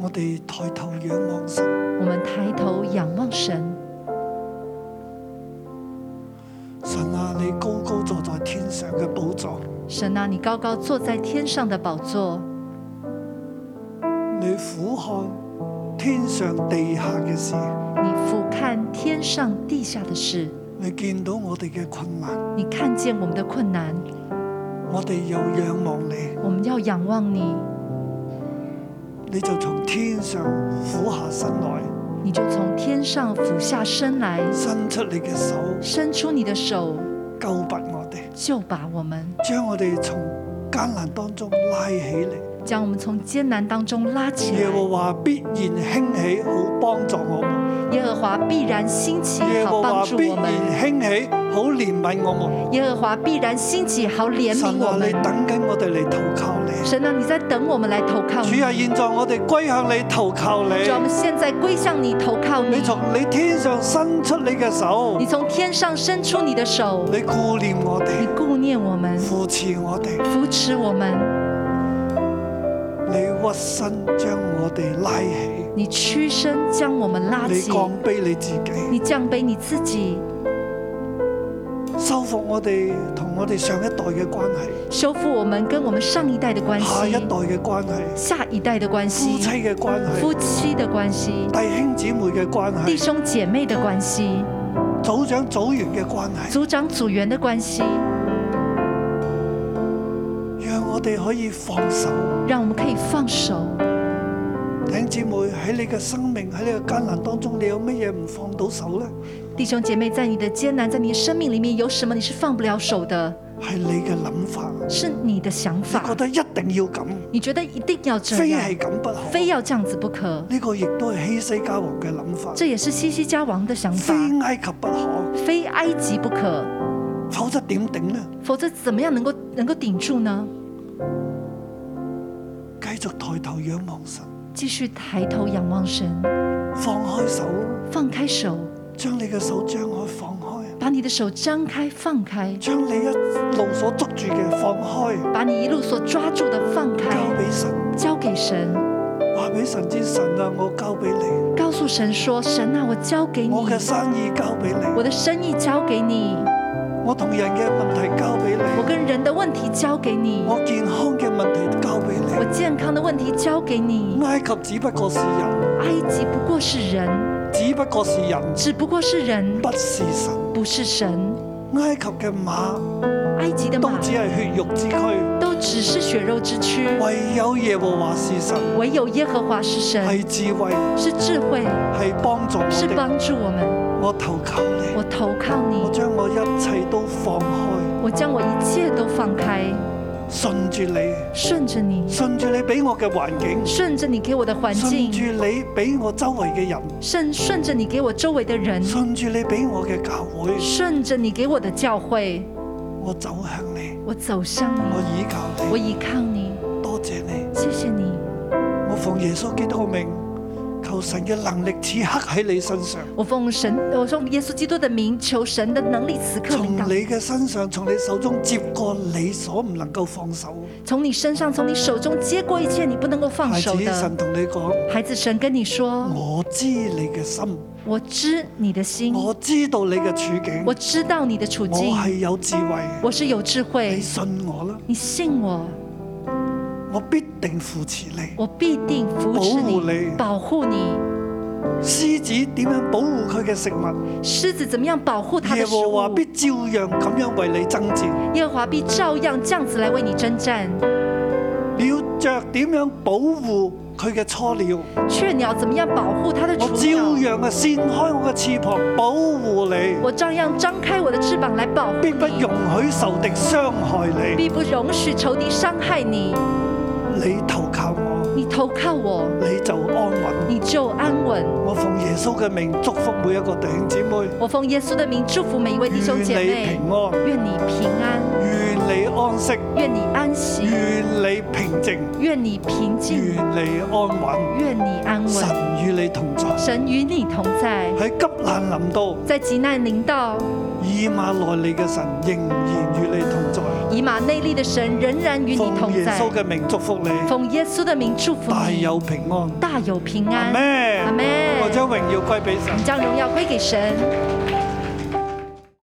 Speaker 2: 我哋抬頭仰望神，
Speaker 3: 我们抬头仰望神。
Speaker 2: 神啊，你高高坐在天上嘅寶座，
Speaker 3: 神啊，你高高坐在天上的宝座，
Speaker 2: 你俯瞰天上地下嘅事，
Speaker 3: 你俯瞰天上地下的事，
Speaker 2: 你見到我哋嘅困難，
Speaker 3: 你看见我们的困难，
Speaker 2: 我哋又仰望你，
Speaker 3: 我们要仰望你，
Speaker 2: 你就從天上俯下身來，
Speaker 3: 你就从天上俯下身来，
Speaker 2: 伸出你嘅手
Speaker 3: 伸出你的手，
Speaker 2: 救拔我哋，
Speaker 3: 就把我们，
Speaker 2: 將我哋從艱難當中拉起嚟。
Speaker 3: 将我们从艰难当中拉起
Speaker 2: 耶
Speaker 3: 来。
Speaker 2: 和華必然興起，好幫助我們；
Speaker 3: 耶和华必然兴起，
Speaker 2: 耶
Speaker 3: 好
Speaker 2: 和
Speaker 3: 帮
Speaker 2: 華
Speaker 3: 助
Speaker 2: 必
Speaker 3: 我们。
Speaker 2: 然興起，好憐憫我們。
Speaker 3: 耶和华必然兴起，好怜悯
Speaker 2: 神
Speaker 3: 我
Speaker 2: 啊，你
Speaker 3: 们。
Speaker 2: 等緊我哋嚟投靠你。
Speaker 3: 神啊，你在等我们来投靠你
Speaker 2: 主。啊，現在我哋歸向你投靠你。
Speaker 3: 主啊，我们现在归向你，投靠你
Speaker 2: 你。從你天上伸出你嘅手
Speaker 3: 你，从天上伸出你的手，
Speaker 2: 你顧念我
Speaker 3: 你
Speaker 2: 哋，
Speaker 3: 顾念我们，
Speaker 2: 扶持我哋，
Speaker 3: 扶持我们，
Speaker 2: 你屈身將我哋拉起，
Speaker 3: 你屈身将我们拉
Speaker 2: 你
Speaker 3: 起，
Speaker 2: 降卑你自己，
Speaker 3: 你降卑你自己，
Speaker 2: 修復我哋同我哋上一代嘅關係，
Speaker 3: 修复我们跟我们上一代的关
Speaker 2: 下一
Speaker 3: 系
Speaker 2: 代，嘅關係，
Speaker 3: 下一代的
Speaker 2: 夫
Speaker 3: 关系，
Speaker 2: 妻嘅關
Speaker 3: 夫
Speaker 2: 係，
Speaker 3: 妻的关系，
Speaker 2: 弟兄姊妹嘅關
Speaker 3: 弟
Speaker 2: 係，
Speaker 3: 兄姐妹的关系，
Speaker 2: 組長組員嘅關係，
Speaker 3: 族长组员的关系，
Speaker 2: 讓我哋可以放手。
Speaker 3: 让我们可以放手。
Speaker 2: 弟兄姊妹喺你嘅生命喺你嘅艱難當中，你有乜嘢唔放到手呢？
Speaker 3: 弟兄姐妹，在你的艰难，在你的生命里面，有什么你是放不了手的？
Speaker 2: 係你嘅諗法，
Speaker 3: 是你的想
Speaker 2: 你覺
Speaker 3: 法，
Speaker 2: 得一定要咁，
Speaker 3: 你觉得一定要这
Speaker 2: 非
Speaker 3: 样
Speaker 2: 係，咁不可。
Speaker 3: 非要这样子不可。
Speaker 2: 呢個亦都係希西家王嘅諗法，
Speaker 3: 这也是西西家王的想法，
Speaker 2: 非埃及不可，
Speaker 3: 非埃及不可，
Speaker 2: 否則點頂呢？
Speaker 3: 否则怎么样能够能够顶住呢？
Speaker 2: 繼續抬頭仰望神，
Speaker 3: 继续抬头仰望神，
Speaker 2: 放開手，
Speaker 3: 放开手，
Speaker 2: 將你嘅手張開放開，
Speaker 3: 把你的手张开放开，
Speaker 2: 將你一路所捉住嘅放開，
Speaker 3: 把你一路所抓住的放开，
Speaker 2: 交俾神，
Speaker 3: 交给神，
Speaker 2: 話俾神知神啊，我交俾你，
Speaker 3: 告诉神说：神啊，我交给你，
Speaker 2: 我嘅生意交俾
Speaker 3: 我
Speaker 2: 你，
Speaker 3: 的生意交给你，
Speaker 2: 我同人嘅問題交俾
Speaker 3: 我
Speaker 2: 你，
Speaker 3: 跟人的问题交给你，
Speaker 2: 我健康嘅問題交俾
Speaker 3: 我
Speaker 2: 你。
Speaker 3: 健康的问题交给你。
Speaker 2: 埃及只不過是人，
Speaker 3: 埃及不过是人，
Speaker 2: 只不過是人，
Speaker 3: 只不过是人，
Speaker 2: 不是神。
Speaker 3: 不是神。
Speaker 2: 埃及嘅馬
Speaker 3: 埃及的
Speaker 2: 都
Speaker 3: 马
Speaker 2: 只係血肉之軀。
Speaker 3: 都只是血肉之躯，
Speaker 2: 唯有耶和華是神，
Speaker 3: 唯有耶和华是神，
Speaker 2: 係智慧，
Speaker 3: 是智慧，
Speaker 2: 係幫助我
Speaker 3: 嗯是
Speaker 2: 哋。
Speaker 3: 帮助我们。
Speaker 2: 我投靠
Speaker 3: 我
Speaker 2: 你，
Speaker 3: 投靠你
Speaker 2: 我，將我一切都放開，
Speaker 3: 我将我一切都放开，
Speaker 2: 順住你，
Speaker 3: 顺着你，
Speaker 2: 順住你俾我嘅環境，
Speaker 3: 顺着你给我的环
Speaker 2: 順
Speaker 3: 境，
Speaker 2: 住你俾我周圍嘅人，
Speaker 3: 顺顺着你给我周围的人，
Speaker 2: 順住你俾我嘅教會，
Speaker 3: 顺着你给我的教会，
Speaker 2: 我走向你，
Speaker 3: 我走向
Speaker 2: 我
Speaker 3: 你，
Speaker 2: 倚靠
Speaker 3: 我
Speaker 2: 你，
Speaker 3: 依靠你。
Speaker 2: 多謝你，
Speaker 3: 谢谢你，
Speaker 2: 我奉耶穌基督嘅名，求神嘅能力此刻喺你身上，
Speaker 3: 我奉神，我奉耶稣基督的名求神的能力此刻
Speaker 2: 從
Speaker 3: 临到
Speaker 2: 你，嘅身上，從你手中接過你所唔能夠放手。
Speaker 3: 从你身上，从你手中接过一切你不能够放
Speaker 2: 孩
Speaker 3: 手
Speaker 2: 子，
Speaker 3: 的
Speaker 2: 神。同你講。
Speaker 3: 孩子，神跟你说，
Speaker 2: 我知你嘅心，
Speaker 3: 我知你的心，
Speaker 2: 我知道你嘅處境，
Speaker 3: 我知道你的处
Speaker 2: 我
Speaker 3: 境，
Speaker 2: 係有智慧，
Speaker 3: 我是有智
Speaker 2: 你
Speaker 3: 慧，
Speaker 2: 信我啦，
Speaker 3: 你信我，
Speaker 2: 我必定扶持你。
Speaker 3: 我必定扶持
Speaker 2: 保护你
Speaker 3: 你，保护你。
Speaker 2: 獅子點樣保護佢嘅食物？
Speaker 3: 狮子怎么样保护它
Speaker 2: 耶
Speaker 3: 的食
Speaker 2: 和華
Speaker 3: 物？
Speaker 2: 必照樣咁樣為你爭戰。
Speaker 3: 耶和华必照样这样子来为你征战。
Speaker 2: 你要着點樣保護佢嘅初鳥。
Speaker 3: 雀鸟怎么样保护它的
Speaker 2: 我
Speaker 3: 雏
Speaker 2: 照
Speaker 3: 鸟？
Speaker 2: 樣啊，扇開我嘅翅膀保護你，
Speaker 3: 我照样张开我的翅膀来保护
Speaker 2: 必不
Speaker 3: 你，
Speaker 2: 容許仇敵傷害你。
Speaker 3: 必不容许仇敌伤害你。
Speaker 2: 你投靠我，
Speaker 3: 你投靠我，
Speaker 2: 你就安穩。
Speaker 3: 你就安稳。
Speaker 2: 我奉耶穌嘅名祝福每一個弟兄姊妹，
Speaker 3: 我奉耶稣的名祝福每一位弟兄姐
Speaker 2: 願你
Speaker 3: 妹，
Speaker 2: 平安，
Speaker 3: 愿你
Speaker 2: 願
Speaker 3: 平安，
Speaker 2: 你安息，
Speaker 3: 愿你安息，
Speaker 2: 願你平靜，
Speaker 3: 愿你平静，
Speaker 2: 願你安穩。
Speaker 3: 愿你安稳。
Speaker 2: 神與你同在，
Speaker 3: 神与你同在，
Speaker 2: 喺急難臨到，
Speaker 3: 在急难临到，
Speaker 2: 以馬內利嘅神仍然與你同在。
Speaker 3: 以马内利的神仍然与你
Speaker 2: 奉
Speaker 3: 同
Speaker 2: 耶
Speaker 3: 在。
Speaker 2: 穌嘅名祝福你，
Speaker 3: 奉耶稣的名祝福
Speaker 2: 大
Speaker 3: 你，
Speaker 2: 有平安。
Speaker 3: 大有平
Speaker 2: 阿
Speaker 3: 安。
Speaker 2: 咩？
Speaker 3: 阿们
Speaker 2: 我將榮耀歸俾神
Speaker 3: 你。将荣耀归给神。